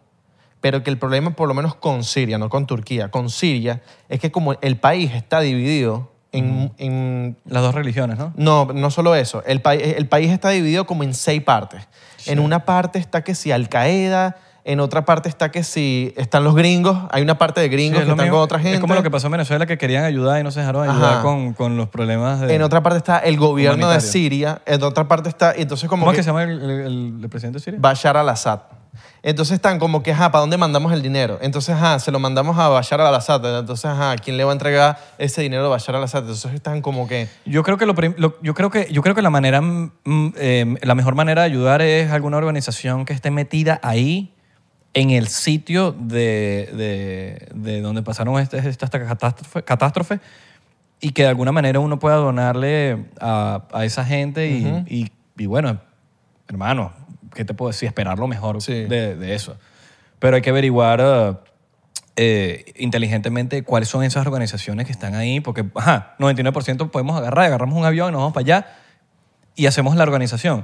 pero que el problema por lo menos con Siria, no con Turquía, con Siria, es que como el país está dividido en, en- Las dos religiones, ¿no? no, no solo eso, el, país el país está dividido como en seis partes. En una parte está que si Al Qaeda, en otra parte está que si están los gringos, hay una parte de Sí, es gringos que lo están mismo. con otra gente. Es como lo que pasó en Venezuela, que querían ayudar y no se dejaron ayudar Ajá. con, con los problemas de... En otra parte está el gobierno de Humanitario. Siria, en otra parte está, entonces como ¿Cómo es que que se llama el, el- el presidente de Siria? Bashar al-Assad. Entonces están como que, ajá, ¿para dónde mandamos el dinero? Entonces, ajá, se lo mandamos a Bashar al-Assad. Entonces, ajá, ¿quién le va a entregar ese dinero a Bashar al-Assad? Entonces están como que... Yo creo que lo, prim- lo- yo creo que yo creo que la manera mm, mm, eh, la mejor manera de ayudar es alguna organización que esté metida ahí en el sitio de, de- de donde pasaron estas esta, esta catástrofe, catástrofe y que de alguna manera uno pueda donarle a, a esa gente y, y- y bueno, hermano, ¿qué te puedo decir? Esperar lo mejor Sí. de, de eso. Pero hay que averiguar eh, eh, inteligentemente cuáles son esas organizaciones que están ahí, porque, ajá, 99% podemos agarrar, agarramos un avión y nos vamos para allá y hacemos la organización.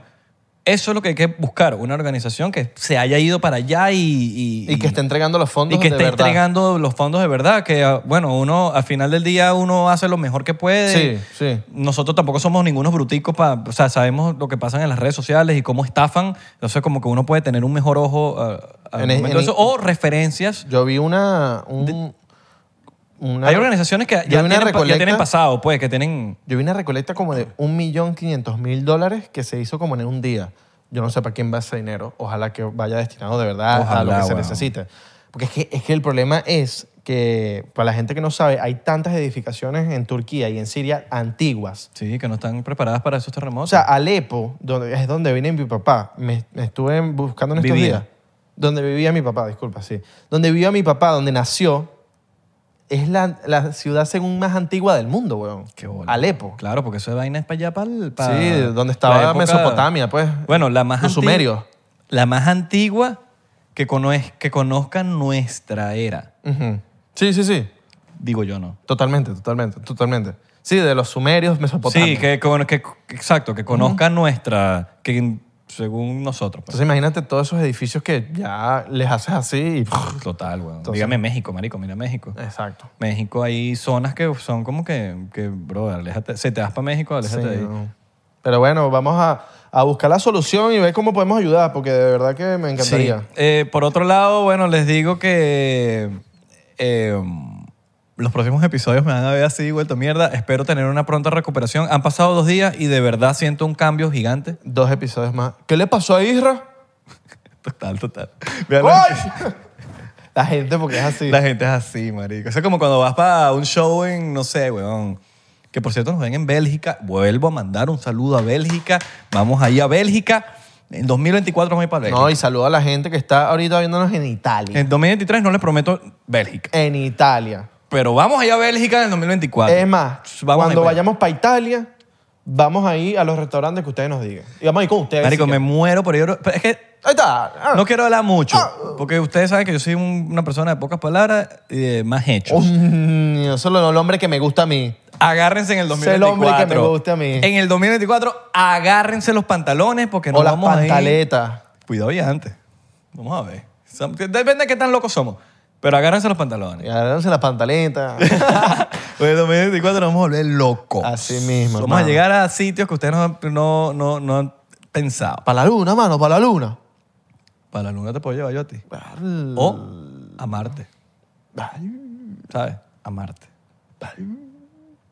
Eso es lo que hay que buscar, una organización que se haya ido para allá y... Y, que esté entregando los fondos y que de esté verdad. entregando los fondos de verdad, que ah, bueno, uno al final del día uno hace lo mejor que puede. Sí, sí. Nosotros tampoco somos ningunos bruticos, pa- o sea, sabemos lo que pasan en las redes sociales y cómo estafan, entonces como que uno puede tener un mejor ojo ah, al En- en- momento de eso, o referencias. Yo vi una... un- una- Hay organizaciones que ya yo vi una tienen, pa- ya recolecta- tienen pasado, pues, que tienen... Yo vi una recolecta como de 1.500.000 dólares que se hizo como en un día. Yo no sé para quién va ese dinero. Ojalá que vaya destinado de verdad a lo Ojalá, que se weón. necesite. Porque es que, es que el problema es que, para la gente que no sabe, hay tantas edificaciones en Turquía y en Siria antiguas. Sí, que no están preparadas para esos terremotos. O sea, Alepo, donde, es donde viene mi papá, me, me estuve buscando en estos Vivía. días. Donde vivía mi papá, disculpa, sí. Donde vivía mi papá, donde nació, es la, la ciudad según más antigua del mundo, weón. Qué bola. Alepo. Claro, porque eso de vaina es para allá, para... Sí, donde estaba Mesopotamia, pues. Bueno, la más Los antigua- sumerios. La más antigua que, conoz- que conozca nuestra era. Ujú. Sí, sí, sí. Digo yo, ¿no? Totalmente, totalmente, totalmente. Sí, de los sumerios, Mesopotamia. Sí, que, con- que- exacto, que conozca nuestra... que según nosotros. pues. Entonces imagínate todos esos edificios que ya les haces así y... Total, weón. Entonces- Eh. Dígame México, marico, mira México. Exacto. México hay zonas que son como que, que bro, aléjate. Si te vas para México, aléjate Sí, de ahí. no. Pero bueno, vamos a, a buscar la solución y ver cómo podemos ayudar, porque de verdad que me encantaría. Sí. Eh, por otro lado, bueno, les digo que eh, los próximos episodios me van a ver así, vuelto mierda. Espero tener una pronta recuperación. Han pasado dos días y de verdad siento un cambio gigante. Dos episodios más. ¿Qué le pasó a Isra? Total, total. Vean la- ¡Ay! la gente, porque es así. La gente es así, marico. Eso es como cuando vas para un show en, no sé, weón. Que por cierto nos ven en Bélgica. Vuelvo a mandar un saludo a Bélgica. Vamos ahí a Bélgica. En 2024 vamos a ir para Bélgica. No, y saludo a la gente que está ahorita viéndonos en Italia. En 2023 no les prometo Bélgica. En Italia. Pero vamos allá a Bélgica en el 2024. Es más, Vamos ahí cuando para allá. vayamos para Italia, vamos a ir a los restaurantes que ustedes nos digan. Y vamos a ir con ustedes. Marico, así me que- muero por ir. pero Es que Ahí está. Ah. no quiero hablar mucho. Porque ustedes saben que yo soy un- una persona de pocas palabras y de más hechos. Mm, Eso es lo- el hombre que me gusta a mí. Agárrense en el Es el 2024. hombre que me gusta a mí. En el 2024, agárrense los pantalones porque o nos las vamos a ir. pantaletas. Cuidado y antes. Vamos a ver. Som- Depende de qué tan locos somos. Pero agárrense los pantalones. Y agárrense las pantaletas. Pues en 2024 nos vamos a volver locos. Así mismo, Vamos a hermano. llegar a sitios que ustedes no, han- no, no, no han pensado. para la luna, mano, para la luna. Para la luna te puedo llevar yo a ti. O a Marte. ¿Sabes? A Marte.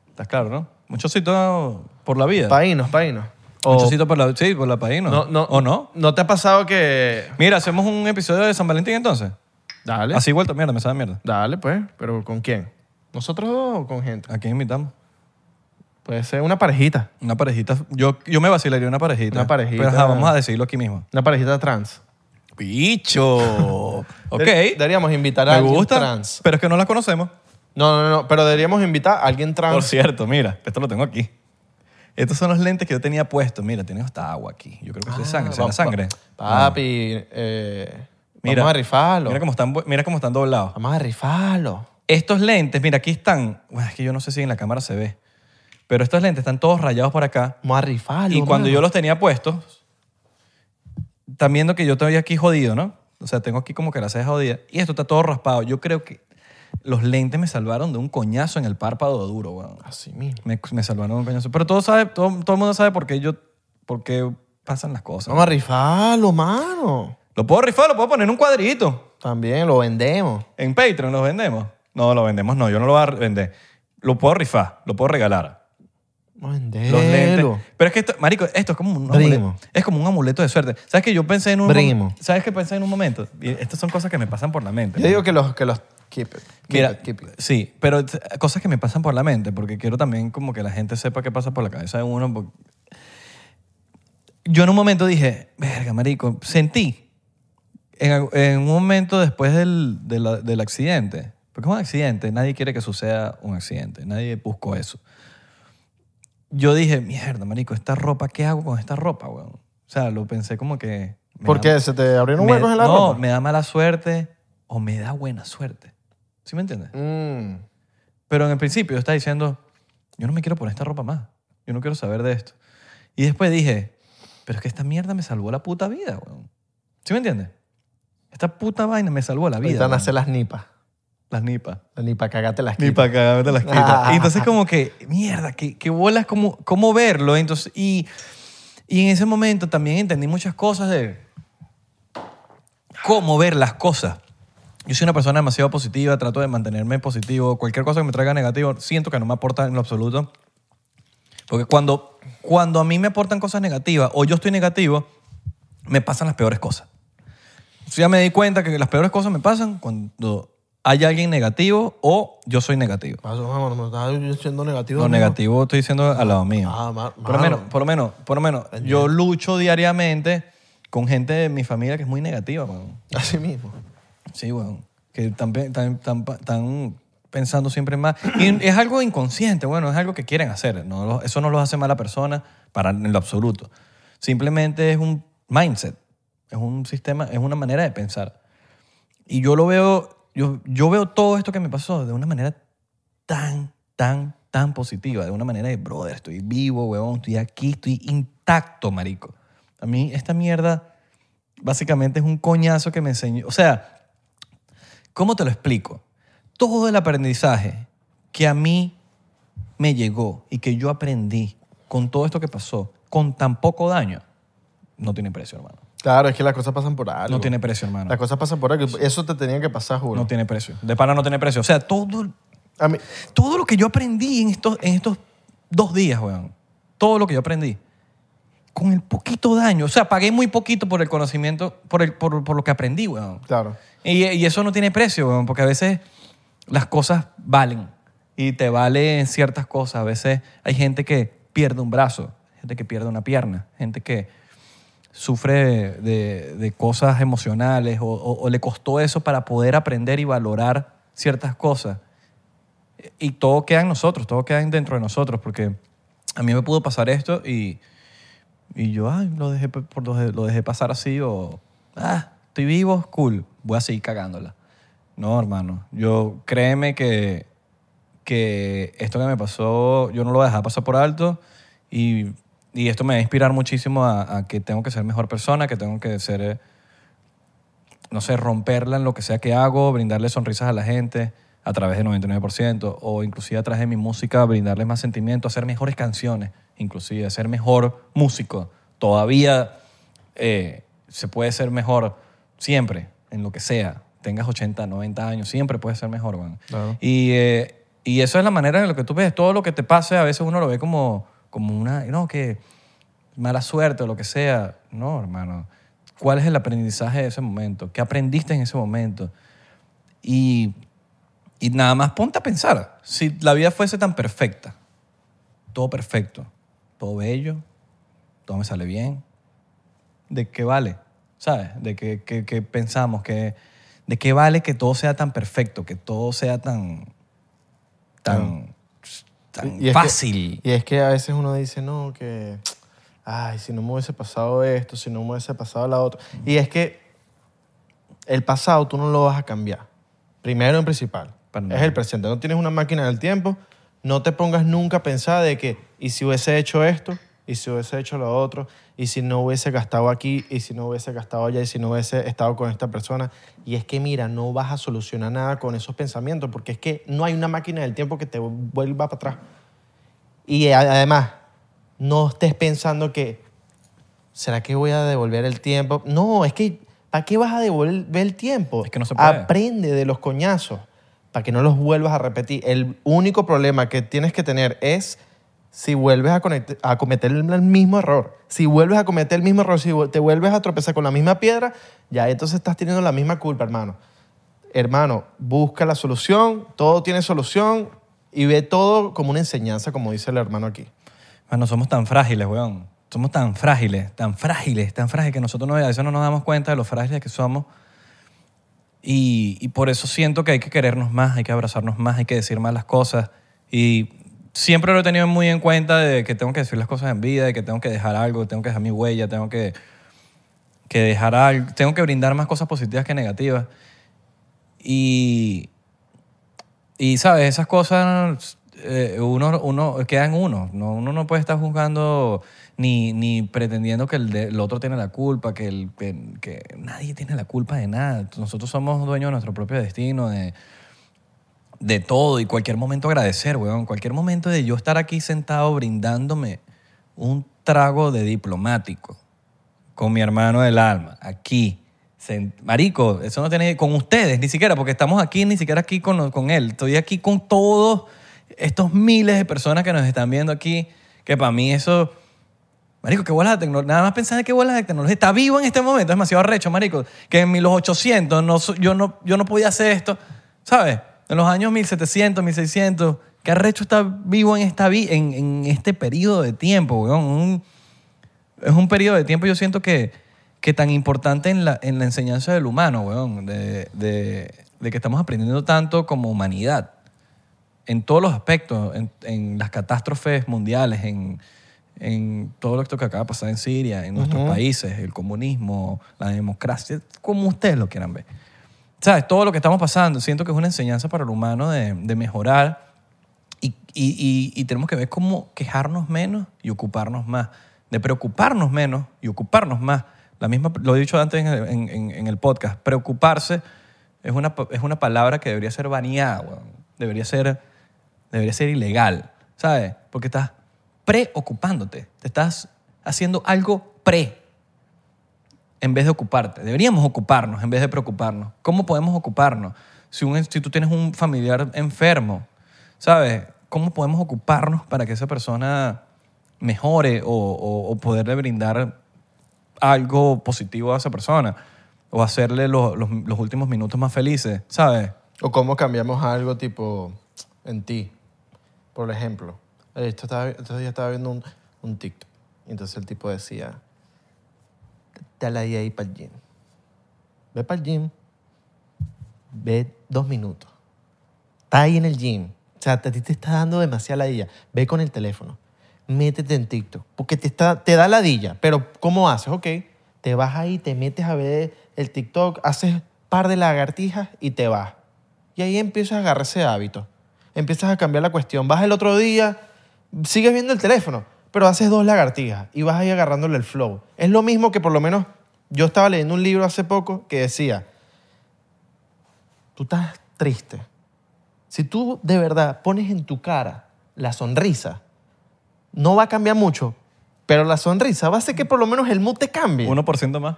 ¿Estás claro, no? Muchos sitios por la vida. Paínos, paínos. Muchos sitios por la... Sí, por la país, ¿no? ¿O no? ¿No te ha pasado que...? Mira, hacemos un episodio de San Valentín entonces. Dale. Así vuelta, mierda, me sabe mierda. Dale, pues. ¿Pero con quién? ¿Nosotros dos o con gente? ¿A quién invitamos? Puede ser una parejita. Una parejita. Yo, yo me vacilaría una parejita. Una parejita. Pero ajá, vamos a decidirlo aquí mismo. Una parejita trans. Bicho. ok. De- deberíamos invitar a Me alguien gusta, trans. pero es que no las conocemos. No, no, no. Pero deberíamos invitar a alguien Por trans. cierto, mira, esto lo tengo aquí. Estos son los lentes que yo tenía puestos. Mira, tiene hasta agua aquí. Yo creo que eso es sangre, será Ah, va- sangre. Papi, eh, Mira, vamos a rifarlo. Mira cómo están, bu- mira cómo están doblados. Vamos a rifarlo. Estos lentes, mira, aquí están. Bueno, es que yo no sé si en la cámara se ve. Pero estos lentes están todos rayados por acá. Vamos a rifarlo. y cuando mano. yo los tenía puestos, están viendo que yo estoy aquí jodido, ¿no? O sea, tengo aquí como que la ceja jodida. Y esto está todo raspado. Yo creo que los lentes me salvaron de un coñazo en el párpado duro, weón. Así mismo. Me, me salvaron de un coñazo. Pero todo, sabe, todo, todo el mundo sabe por qué yo... Por qué pasan las cosas. Vamos a rifarlo, mano. Lo puedo rifar, lo puedo poner en un cuadrito. También lo vendemos. En Patreon lo vendemos. No, lo vendemos no. Yo no lo voy a vender. Lo puedo rifar, lo puedo regalar. Vamos a venderlo. Los lentes. Pero es que esto, marico, esto es como un amuleto. Primo. Es como un amuleto de suerte. ¿Sabes que yo pensé en un Primo. ¿Sabes qué pensé en un momento? Y estas son cosas que me pasan por la mente. Yo digo que los... Que los keep it, keep Mira, it, keep it. sí, pero t- cosas que me pasan por la mente, porque quiero también como que la gente sepa qué pasa por la cabeza de uno. porque- Yo en un momento dije, verga, marico, sentí en, al- en un momento después del, de la- del accidente, porque es un accidente, nadie quiere que suceda un accidente, nadie buscó eso. Yo dije, mierda, marico, esta ropa, ¿qué hago con esta ropa, weón? O sea, lo pensé como que... me ¿Por da- qué? ¿Se te abrieron me- huecos en pues. la no, ropa? me da mala suerte o me da buena suerte. ¿Sí me entiendes? Mm. Pero en el principio yo estaba diciendo, yo no me quiero poner esta ropa más. Yo no quiero saber de esto. Y después dije, pero es que esta mierda me salvó la puta vida, weón. ¿Sí me entiendes? Esta puta vaina me salvó la vida. Ahorita nacen weón. las nipas. Las nipas. Las nipas, cagate las Ni nipas. para cagarme las quitas. Y entonces como que, mierda, que, que bolas, cómo, cómo verlo. Entonces, y, y en ese momento también entendí muchas cosas de cómo ver las cosas. Yo soy una persona demasiado positiva, trato de mantenerme positivo. Cualquier cosa que me traiga negativo, siento que no me aporta en lo absoluto. Porque cuando, cuando a mí me aportan cosas negativas o yo estoy negativo, me pasan las peores cosas. Entonces ya me di cuenta que las peores cosas me pasan cuando hay alguien negativo o yo soy negativo. Paso, mano, me estás siendo negativo. Lo amigo. negativo estoy diciendo al lado mío. Ah, ma- por lo mano. menos, por lo menos, por lo menos. Yo lucho diariamente con gente de mi familia que es muy negativa, weón. Así mismo. Sí, weón. Que están, pe- están- están pa- están pensando siempre en más. Y es algo inconsciente, bueno, es algo que quieren hacer. No lo- eso no los hace mala persona para en lo absoluto. Simplemente es un mindset. Es un sistema, es una manera de pensar. Y yo lo veo, yo, yo veo todo esto que me pasó de una manera tan, tan, tan positiva, de una manera de, brother, estoy vivo, huevón, estoy aquí, estoy intacto, marico. A mí esta mierda básicamente es un coñazo que me enseñó, o sea, ¿cómo te lo explico? Todo el aprendizaje que a mí me llegó y que yo aprendí con todo esto que pasó, con tan poco daño, no tiene precio, hermano. Claro, es que las cosas pasan por algo. No tiene precio, hermano. Las cosas pasan por algo. Eso te tenía que pasar, juro. No tiene precio. De pana no tiene precio. O sea, todo, A mí, todo lo que yo aprendí en estos, en estos dos días, weón. Todo lo que yo aprendí. Con el poquito daño. O sea, pagué muy poquito por el conocimiento, por, el, por, por lo que aprendí, weón. claro. Y, y eso no tiene precio, weón, porque a veces las cosas valen y te valen ciertas cosas. A veces hay gente que pierde un brazo, gente que pierde una pierna, gente que sufre de, de cosas emocionales o, o- o le costó eso para poder aprender y valorar ciertas cosas. Y todo queda en nosotros, todo queda dentro de nosotros, porque a mí me pudo pasar esto y, y yo, ay, lo dejé, pa- por- lo dejé- lo dejé pasar así o, ah, estoy vivo, cool, voy a seguir cagándola. No, hermano, yo créeme que, que esto que me pasó, yo no lo voy a dejar pasar por alto y, y esto me va a inspirar muchísimo a, a que tengo que ser mejor persona, que tengo que ser... eh, no sé, romperla en lo que sea que hago, brindarle sonrisas a la gente a través del 99%, o inclusive a través de mi música, brindarles más sentimiento, hacer mejores canciones, inclusive ser mejor músico. Todavía eh, se puede ser mejor siempre, en lo que sea. Tengas 80, 90 años, siempre puedes ser mejor, weón. Claro. Y, eh, y eso es la manera en la que tú ves. Todo lo que te pase, a veces uno lo ve como, como una, no, que mala suerte o lo que sea. No, hermano. ¿Cuál es el aprendizaje de ese momento? ¿Qué aprendiste en ese momento? Y, y nada más ponte a pensar. Si la vida fuese tan perfecta, todo perfecto, todo bello, todo me sale bien, ¿de qué vale? ¿Sabes? ¿De qué, qué- qué pensamos? que ¿De qué vale que todo sea tan perfecto, que todo sea tan, tan, tan Y es que- fácil? y es que a veces uno dice, no, que, ay, si no me hubiese pasado esto, si no me hubiese pasado la otra. Y es que el pasado tú no lo vas a cambiar. Primero en principal. Para es nada. el presente. No tienes una máquina del tiempo. No te pongas nunca a pensar de que, y si hubiese hecho esto, y si hubiese hecho lo otro, y si no hubiese gastado aquí, y si no hubiese gastado allá, y si no hubiese estado con esta persona. Y es que, mira, no vas a solucionar nada con esos pensamientos, porque es que no hay una máquina del tiempo que te vuelva para atrás. Y a- además, no estés pensando que, ¿será que voy a devolver el tiempo? No, es que, ¿para qué vas a devolver el tiempo? Es que no se puede. Aprende de los coñazos para que no los vuelvas a repetir. El único problema que tienes que tener es si vuelves a, conect- a cometer el el mismo error. Si vuelves a cometer el mismo error, si vu- te vuelves a tropezar con la misma piedra, ya entonces estás teniendo la misma culpa, hermano hermano, busca la solución, todo tiene solución y ve todo como una enseñanza, como dice el hermano aquí. Mano, somos tan frágiles, weón. Somos tan frágiles, tan frágiles, tan frágiles que nosotros no, a veces no nos damos cuenta de lo frágiles que somos. Y, y por eso siento que hay que querernos más, hay que abrazarnos más, hay que decir más las cosas. Y siempre lo he tenido muy en cuenta de que tengo que decir las cosas en vida, de que tengo que dejar algo, tengo que dejar mi huella, tengo que, que dejar algo, tengo que brindar más cosas positivas que negativas. Y, y sabes, esas cosas eh, uno, uno queda en uno. ¿no? Uno no puede estar juzgando ni, ni pretendiendo que el, de- el otro tiene la culpa, que, el, que, que nadie tiene la culpa de nada. Nosotros somos dueños de nuestro propio destino, de, de todo y cualquier momento agradecer, weón. Cualquier momento de yo estar aquí sentado brindándome un trago de diplomático con mi hermano del alma, aquí. Sen- Marico, eso no tiene con ustedes ni siquiera, porque estamos aquí, ni siquiera aquí con, con él. Estoy aquí con todos estos miles de personas que nos están viendo aquí, que para mí eso... Marico, qué bolas de tecnología. Nada más pensar en qué bolas de tecnología. Está vivo en este momento. Es demasiado arrecho, marico. Que en mi- los 800 no, so- yo, no, yo no podía hacer esto. ¿Sabes? En los años 1700, 1600. Qué arrecho está vivo en, esta vi- en, en este periodo de tiempo, weón. Un- es un periodo de tiempo, yo siento que, que tan importante en la, en la enseñanza del humano, weón. De, de- de que estamos aprendiendo tanto como humanidad en todos los aspectos, en, en las catástrofes mundiales, en, en todo esto que acaba de pasar en Siria, en nuestros países, el comunismo, la democracia, como ustedes lo quieran ver. ¿Sabes? Todo lo que estamos pasando, siento que es una enseñanza para el humano de, de mejorar y, y- y- y tenemos que ver cómo quejarnos menos y ocuparnos más, de preocuparnos menos y ocuparnos más. La misma, lo he dicho antes en el, en- en- en el podcast, preocuparse es una, pa- es una palabra que debería ser baneada, weón. debería ser debería ser ilegal, ¿sabes? Porque estás preocupándote, te estás haciendo algo pre en vez de ocuparte. Deberíamos ocuparnos en vez de preocuparnos. ¿Cómo podemos ocuparnos? Si, un, si tú tienes un familiar enfermo, ¿sabes? ¿Cómo podemos ocuparnos para que esa persona mejore o, o- o poderle brindar algo positivo a esa persona? O hacerle los- los- los últimos minutos más felices, ¿sabes? O cómo cambiamos algo tipo en ti. Por ejemplo, esto estaba, entonces yo estaba viendo un, un TikTok. Y entonces el tipo decía, dale ahí, ahí para el gym. Ve para el gym. Ve dos minutos. Está ahí en el gym. O sea, a ti te está dando demasiada ladilla. Ve con el teléfono. Métete en TikTok. Porque te, está, te da ladilla. Pero ¿cómo haces? Ok. Te vas ahí, te metes a ver el TikTok, haces par de lagartijas y te vas. Y ahí empiezas a agarrar ese hábito. Empiezas a cambiar la cuestión. Vas el otro día, sigues viendo el teléfono, pero haces dos lagartijas y vas ahí agarrándole el flow. Es lo mismo que por lo menos yo estaba leyendo un libro hace poco que decía, tú estás triste, si tú de verdad pones en tu cara la sonrisa, no va a cambiar mucho, pero la sonrisa va a hacer que por lo menos el mood te cambie. 1% más.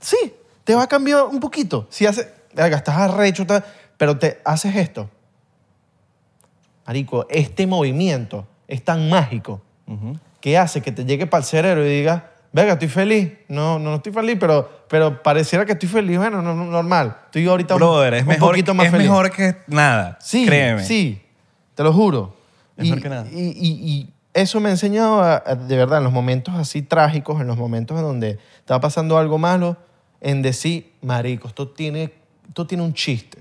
Sí, te va a cambiar un poquito. Si haces, verga, estás arrecho, tal, pero te haces esto. Marico, este movimiento es tan mágico que hace que te llegue para el cerebro y digas, venga, estoy feliz. No, no, no estoy feliz, pero, pero pareciera que estoy feliz. Bueno, no, no, normal. Estoy ahorita un- Brother, es, un mejor, poquito más es feliz. mejor que nada. Sí, Créeme. sí, te lo juro. Es y, mejor que nada. Y, y- y eso me ha enseñado, a- a, de verdad, en los momentos así trágicos, en los momentos en donde está pasando algo malo, en decir, marico, esto tiene, esto tiene un chiste.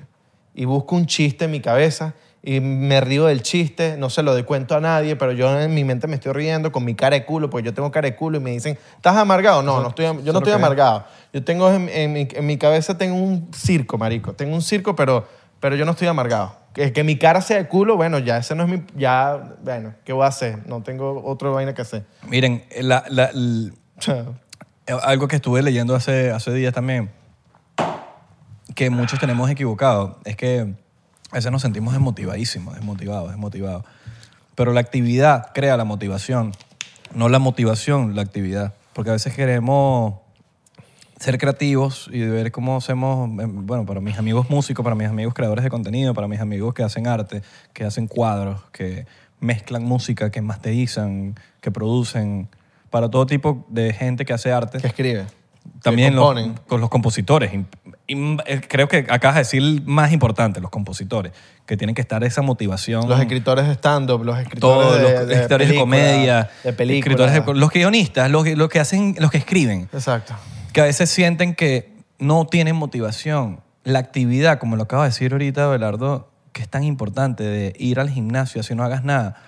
Y busco un chiste en mi cabeza y me río del chiste, no se lo doy cuento a nadie, pero yo en mi mente me estoy riendo con mi cara de culo, porque yo tengo cara de culo y me dicen, ¿estás amargado? No, no estoy, am- yo eso no es lo que estoy es. amargado. Yo tengo en, en mi, en mi cabeza tengo un circo, marico. Tengo un circo, pero, pero yo no estoy amargado. Que, que mi cara sea de culo, bueno, ya ese no es mi... Ya, bueno, ¿qué voy a hacer? No tengo otra vaina que hacer. Miren, la- la- l- O sea, algo que estuve leyendo hace, hace días también, que muchos tenemos equivocado, es que a veces nos sentimos desmotivadísimos, desmotivados, desmotivados. Pero la actividad crea la motivación, no la motivación, la actividad. Porque a veces queremos ser creativos y ver cómo hacemos, eh, bueno, para mis amigos músicos, para mis amigos creadores de contenido, para mis amigos que hacen arte, que hacen cuadros, que mezclan música, que masterizan, que producen, para todo tipo de gente que hace arte. ¿Qué escribe? También Que los, componen. con los compositores. Im- im- eh, Creo que acabas de decir el más importante, los compositores, que tienen que estar esa motivación. Los escritores de stand-up, los escritores Todos de, los de escritores de película, comedia, de películas. escritores de- los guionistas, los, los que hacen, los que escriben Exacto. que a veces sienten que no tienen motivación. La actividad, como lo acaba de decir ahorita Belardo, que es tan importante de ir al gimnasio así no hagas nada,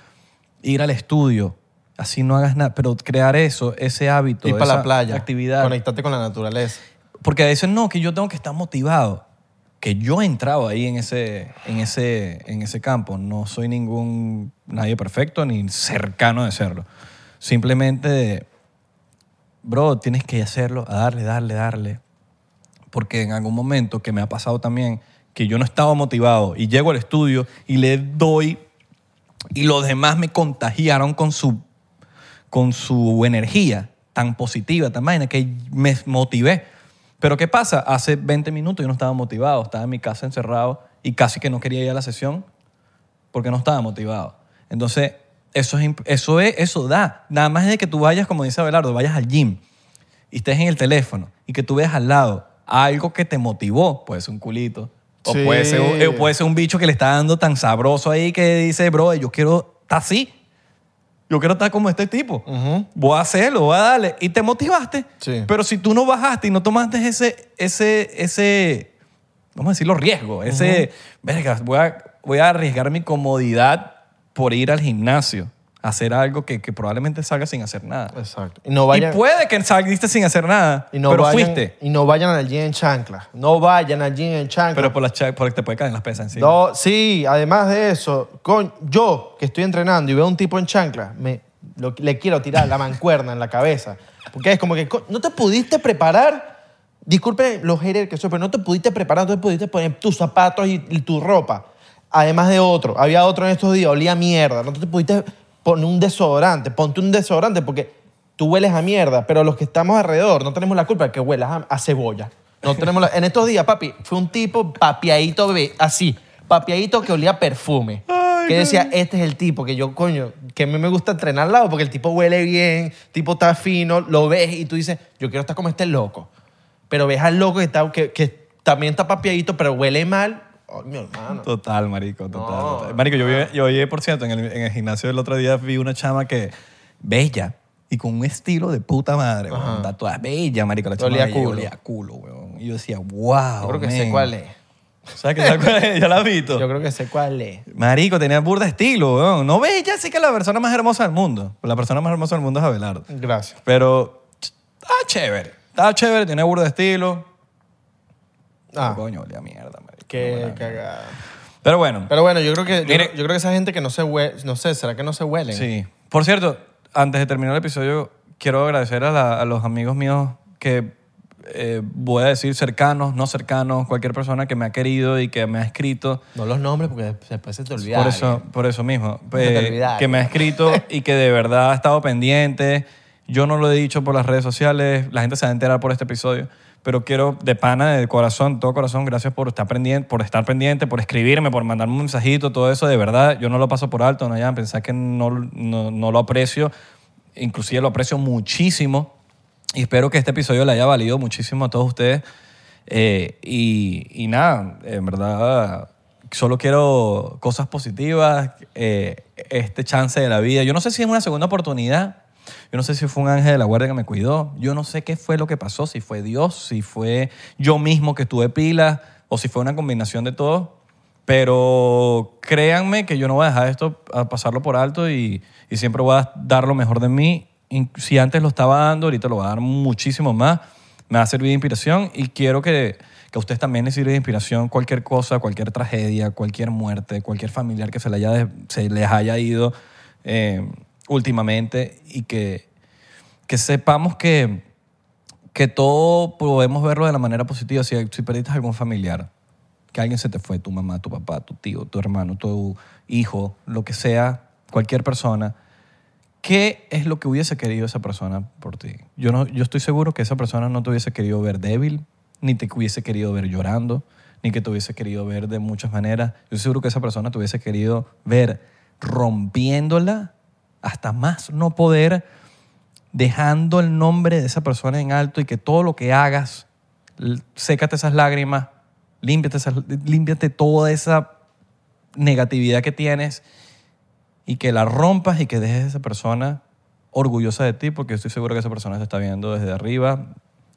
ir al estudio así no hagas nada, pero crear eso, ese hábito, Ir para esa la playa. actividad, Conectarte con la naturaleza. porque a veces no, que yo tengo que estar motivado, que yo he entrado ahí en ese, en ese, en ese campo, no soy ningún nadie perfecto ni cercano de serlo, simplemente bro, tienes que hacerlo, a darle, darle, darle. Porque en algún momento que me ha pasado también que yo no estaba motivado y llego al estudio y le doy y los demás me contagiaron con su, con su energía tan positiva, tan vaina, que me motivé. Pero ¿qué pasa? Hace 20 minutos yo no estaba motivado, estaba en mi casa encerrado y casi que no quería ir a la sesión porque no estaba motivado. Entonces, eso, es, imp- eso, es, eso da. Nada más es de que tú vayas, como dice Abelardo, vayas al gym y estés en el teléfono y que tú veas al lado algo que te motivó. Puede ser un culito. O, Sí. puede ser, un- eh, puede ser un bicho que le está dando tan sabroso ahí que dice, bro, yo quiero estar así. Yo quiero estar como este tipo. Ujú. Voy a hacerlo, voy a darle. Y te motivaste. Sí. Pero si tú no bajaste y no tomaste ese, ese, ese, vamos a decirlo, riesgo, ese, verga, voy a, voy a arriesgar mi comodidad por ir al gimnasio, hacer algo que, que probablemente salga sin hacer nada. Exacto. Y Pues, no vayan... y puede que saliste sin hacer nada, y no pero vayan- fuiste. Y no vayan al gym en chanclas. No vayan al gym en chanclas. Pero por las cha- por- te puede caer en las pesas encima. No, sí, además de eso, con, yo que estoy entrenando y veo a un tipo en chancla, me, lo- le quiero tirar la mancuerna en la cabeza. Porque es como que co- no te pudiste preparar. Disculpe los haters que soy, pero no te pudiste preparar, no te pudiste poner tus zapatos y, y tu ropa. Además de otro, había otro en estos días, olía a mierda. No te pudiste poner un desodorante, ponte un desodorante porque tú hueles a mierda, pero los que estamos alrededor no tenemos la culpa de que huelas a, a cebolla. No tenemos la- en estos días, papi, fue un tipo papiadito, be- así, papiadito que olía a perfume. que yo decía, este es el tipo que yo, coño, que a mí me gusta entrenar al lado porque el tipo huele bien, tipo está fino, lo ves y tú dices, yo quiero estar como este loco. Pero ves al loco que, está, que, que también está papiadito, pero huele mal. Ay, mi hermano. Total, marico, total. No. total. Marico, yo vi, yo vi, por cierto, en el, en el gimnasio del otro día vi una chama que bella y con un estilo de puta madre, weón, tatuada bella, marico, la chama Olía a bella, culo. olía a culo, weón. Y yo decía, wow, Yo creo que sé man. cuál es. ¿Sabes que sabes cuál es? Ya la has visto. Yo creo que sé cuál es. Marico, tenía burda estilo, weón. No bella, sí que la persona más hermosa del mundo. La persona más hermosa del mundo es Abelardo. Gracias. Pero ch- estaba chévere, estaba chévere, tenía burda estilo. Ah, Coño, olía a mierda, marico. qué Olía a mierda. cagada. Pero bueno, Pero bueno, yo creo que yo, Mire- creo- yo creo que esa gente que no se huele, no sé, ¿será que no se huelen? Sí. Por cierto, antes de terminar el episodio, quiero agradecer a, la- a los amigos míos que eh, voy a decir cercanos, no cercanos, cualquier persona que me ha querido y que me ha escrito. No los nombres porque después se te olvida. Por eso, por eso mismo. te eh, olvidares. que me ha escrito y que de verdad ha estado pendiente. Yo no lo he dicho por las redes sociales, la gente se va a enterar por este episodio, pero quiero de pana, de corazón, todo corazón, gracias por estar pendiente, por estar pendiente, por escribirme, por mandarme un mensajito, todo eso, de verdad, yo no lo paso por alto, no vayan a pensar que no, no, no lo aprecio, inclusive lo aprecio muchísimo y espero que este episodio le haya valido muchísimo a todos ustedes. Eh, y, y nada, en verdad, solo quiero cosas positivas, eh, este chance de la vida. Yo no sé si es una segunda oportunidad, yo no sé si fue un ángel de la guardia que me cuidó, yo no sé qué fue lo que pasó, si fue Dios, si fue yo mismo que estuve pila o si fue una combinación de todo. Pero créanme que yo no voy a dejar esto a pasarlo por alto y, y siempre voy a dar lo mejor de mí. In- Si antes lo estaba dando, ahorita lo voy a dar muchísimo más. Me va a servir de inspiración y quiero que, que a ustedes también les sirva de inspiración cualquier cosa, cualquier tragedia, cualquier muerte, cualquier familiar que se, le haya de- se les haya ido eh, últimamente y que, que sepamos que, que todo podemos verlo de la manera positiva. Si, si perdiste algún familiar, que alguien se te fue, tu mamá, tu papá, tu tío, tu hermano, tu hijo, lo que sea, cualquier persona, ¿qué es lo que hubiese querido esa persona por ti? Yo, no, yo estoy seguro que esa persona no te hubiese querido ver débil, ni te hubiese querido ver llorando, ni que te hubiese querido ver de muchas maneras. Yo estoy seguro que esa persona te hubiese querido ver rompiéndola hasta más no poder, dejando el nombre de esa persona en alto y que todo lo que hagas, l- sécate esas lágrimas, límpiate, esas- límpiate toda esa negatividad que tienes y que la rompas y que dejes a esa persona orgullosa de ti, porque estoy seguro que esa persona te está viendo desde arriba,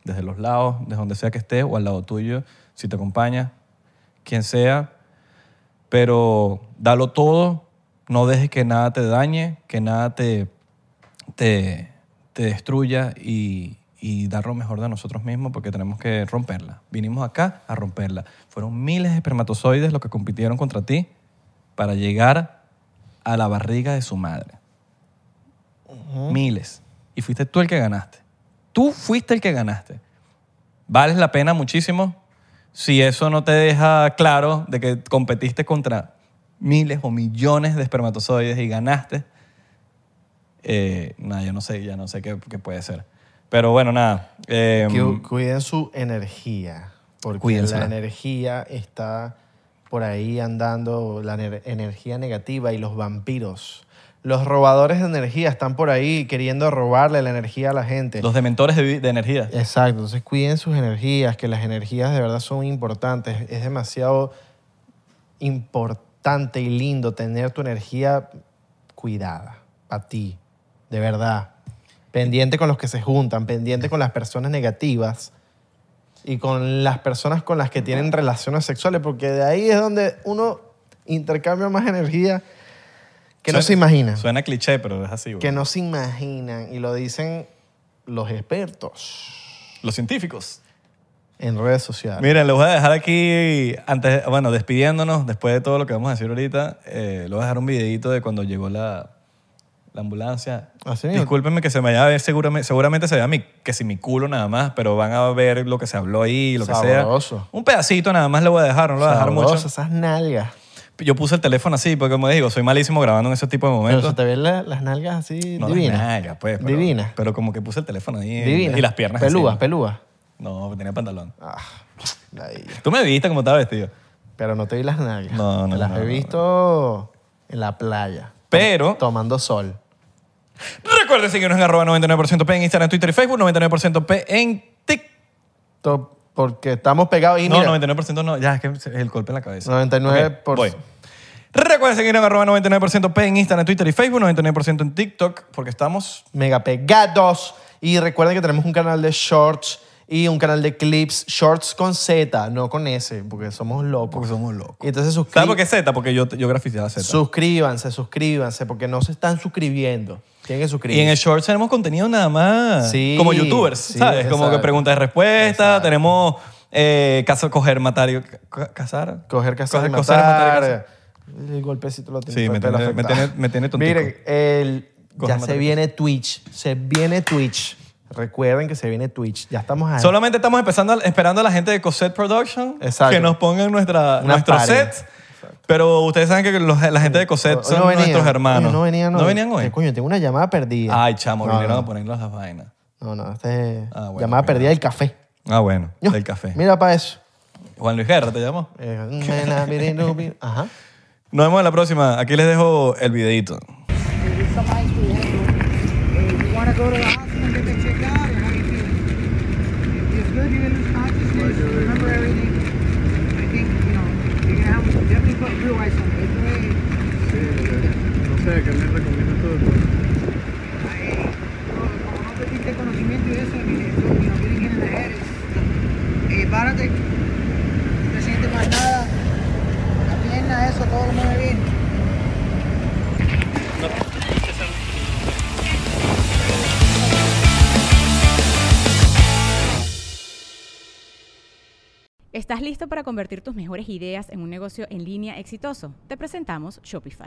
desde los lados, desde donde sea que esté o al lado tuyo, si te acompaña, quien sea. Pero dalo todo, no dejes que nada te dañe, que nada te, te, te destruya y, y dar lo mejor de nosotros mismos porque tenemos que romperla. Vinimos acá a romperla. Fueron miles de espermatozoides los que compitieron contra ti para llegar a la barriga de su madre. Miles. Y fuiste tú el que ganaste. Tú fuiste el que ganaste. Vales la pena muchísimo. Si eso no te deja claro de que competiste contra miles o millones de espermatozoides y ganaste, eh, nada, yo no sé, ya no sé qué, qué puede ser. Pero bueno, nada. eh, Que cuiden su energía. Porque Cuídensela. la energía está por ahí andando, la ener- energía negativa y los vampiros. Los robadores de energía están por ahí queriendo robarle la energía a la gente. los dementores de, vi- de energía. Exacto, entonces cuiden sus energías, que las energías de verdad son importantes. Es demasiado importante y lindo tener tu energía cuidada, para ti, de verdad. Pendiente con los que se juntan, pendiente con las personas negativas y con las personas con las que tienen relaciones sexuales, porque de ahí es donde uno intercambia más energía que no Suena- se imagina Suena cliché, pero es así. güey. que no se imaginan y lo dicen los expertos Los científicos. en redes sociales. Miren, los voy a dejar aquí, antes, bueno, despidiéndonos, después de todo lo que vamos a decir ahorita, eh, les voy a dejar un videito de cuando llegó la, la ambulancia. Así mismo. Discúlpenme que se me vaya a ver, seguramente, seguramente se vea mi, que si mi culo nada más, pero van a ver lo que se habló ahí, lo que sea. Sabroso. Un pedacito nada más le voy a dejar, no lo voy a dejar Sabroso, mucho. esas nalgas. Yo puse el teléfono así, porque como digo, soy malísimo grabando en ese tipo de Pero momentos. se te ven la- las nalgas así No las divinas. nalgas, pues, pero, divinas. Pero como que puse el teléfono ahí divinas. y las piernas así. Pelúas, pelúas. No, tenía pantalón. Ah, ahí. Tú me viste cómo estaba vestido. Pero no te vi las nalgas. No, no, Te las no, he no, visto en la playa. Pero- Tomando sol. Recuerden seguirnos en arroba 99% P en Instagram, Twitter y Facebook, 99% P en TikTok. To- Porque estamos pegados. Y No, mira, 99% no, ya es que es el golpe en la cabeza. 99 Ok, por- voy. Recuerden seguirnos en arroba 99% P en Instagram, Twitter y Facebook, 99% en TikTok, porque estamos... mega pegados. Y recuerden que tenemos un canal de shorts y un canal de clips. Shorts con Z, no con S, porque somos locos. Porque somos locos. Y ¿Sabes entonces suscríbanse. por qué Z? Porque yo, yo grafiteaba Z. Suscríbanse, suscríbanse, porque no se están suscribiendo. Tienen que y suscribirse. en el short tenemos contenido nada más Sí, como youtubers, sí, ¿sabes? Como que exacto. preguntas y respuestas, tenemos eh, caza- coger, matar y... ca- ¿Cazar? Coger, cazar, y coser, matar. y cazar. El golpecito lo tengo. Sí, el me pelo tiene- me afectado. tiene- me tiene tontico. Miren, el- Coger, ya matar se y viene Twitch. Se viene Twitch. Recuerden que se viene Twitch. Ya estamos ahí. Solamente estamos empezando, esperando a la gente de Cosette Production Exacto. que nos pongan nuestra, Una nuestro paria. set. Pero ustedes saben que los- la gente de Cosette Hoy son no venían. nuestros hermanos. Oye, no venían hoy. ¿No venían hoy? Eh, Coño, tengo una llamada perdida. Ay, chamo, No, vinieron no. a ponernos las vainas. No, no, este Ah, bueno, llamada cuidado. perdida del café. Ah, bueno, Ño, del café. Mira para eso. Juan Luis Guerra te llamó. Eh, nena, mire, no, mire. Ajá. Nos vemos en la próxima. Aquí les dejo el videito. It's good you lose consciousness, you remember everything. I think, you know, you're gonna have definitely put blue eyes on it. Ay, no, como no perdiste conocimiento y eso, ni lo ni lo que dije en la eres. Eh, párate, no te sientes más nada. La pierna, eso, todo lo mueve bien. ¿Estás listo para convertir tus mejores ideas en un negocio en línea exitoso? Te presentamos Shopify.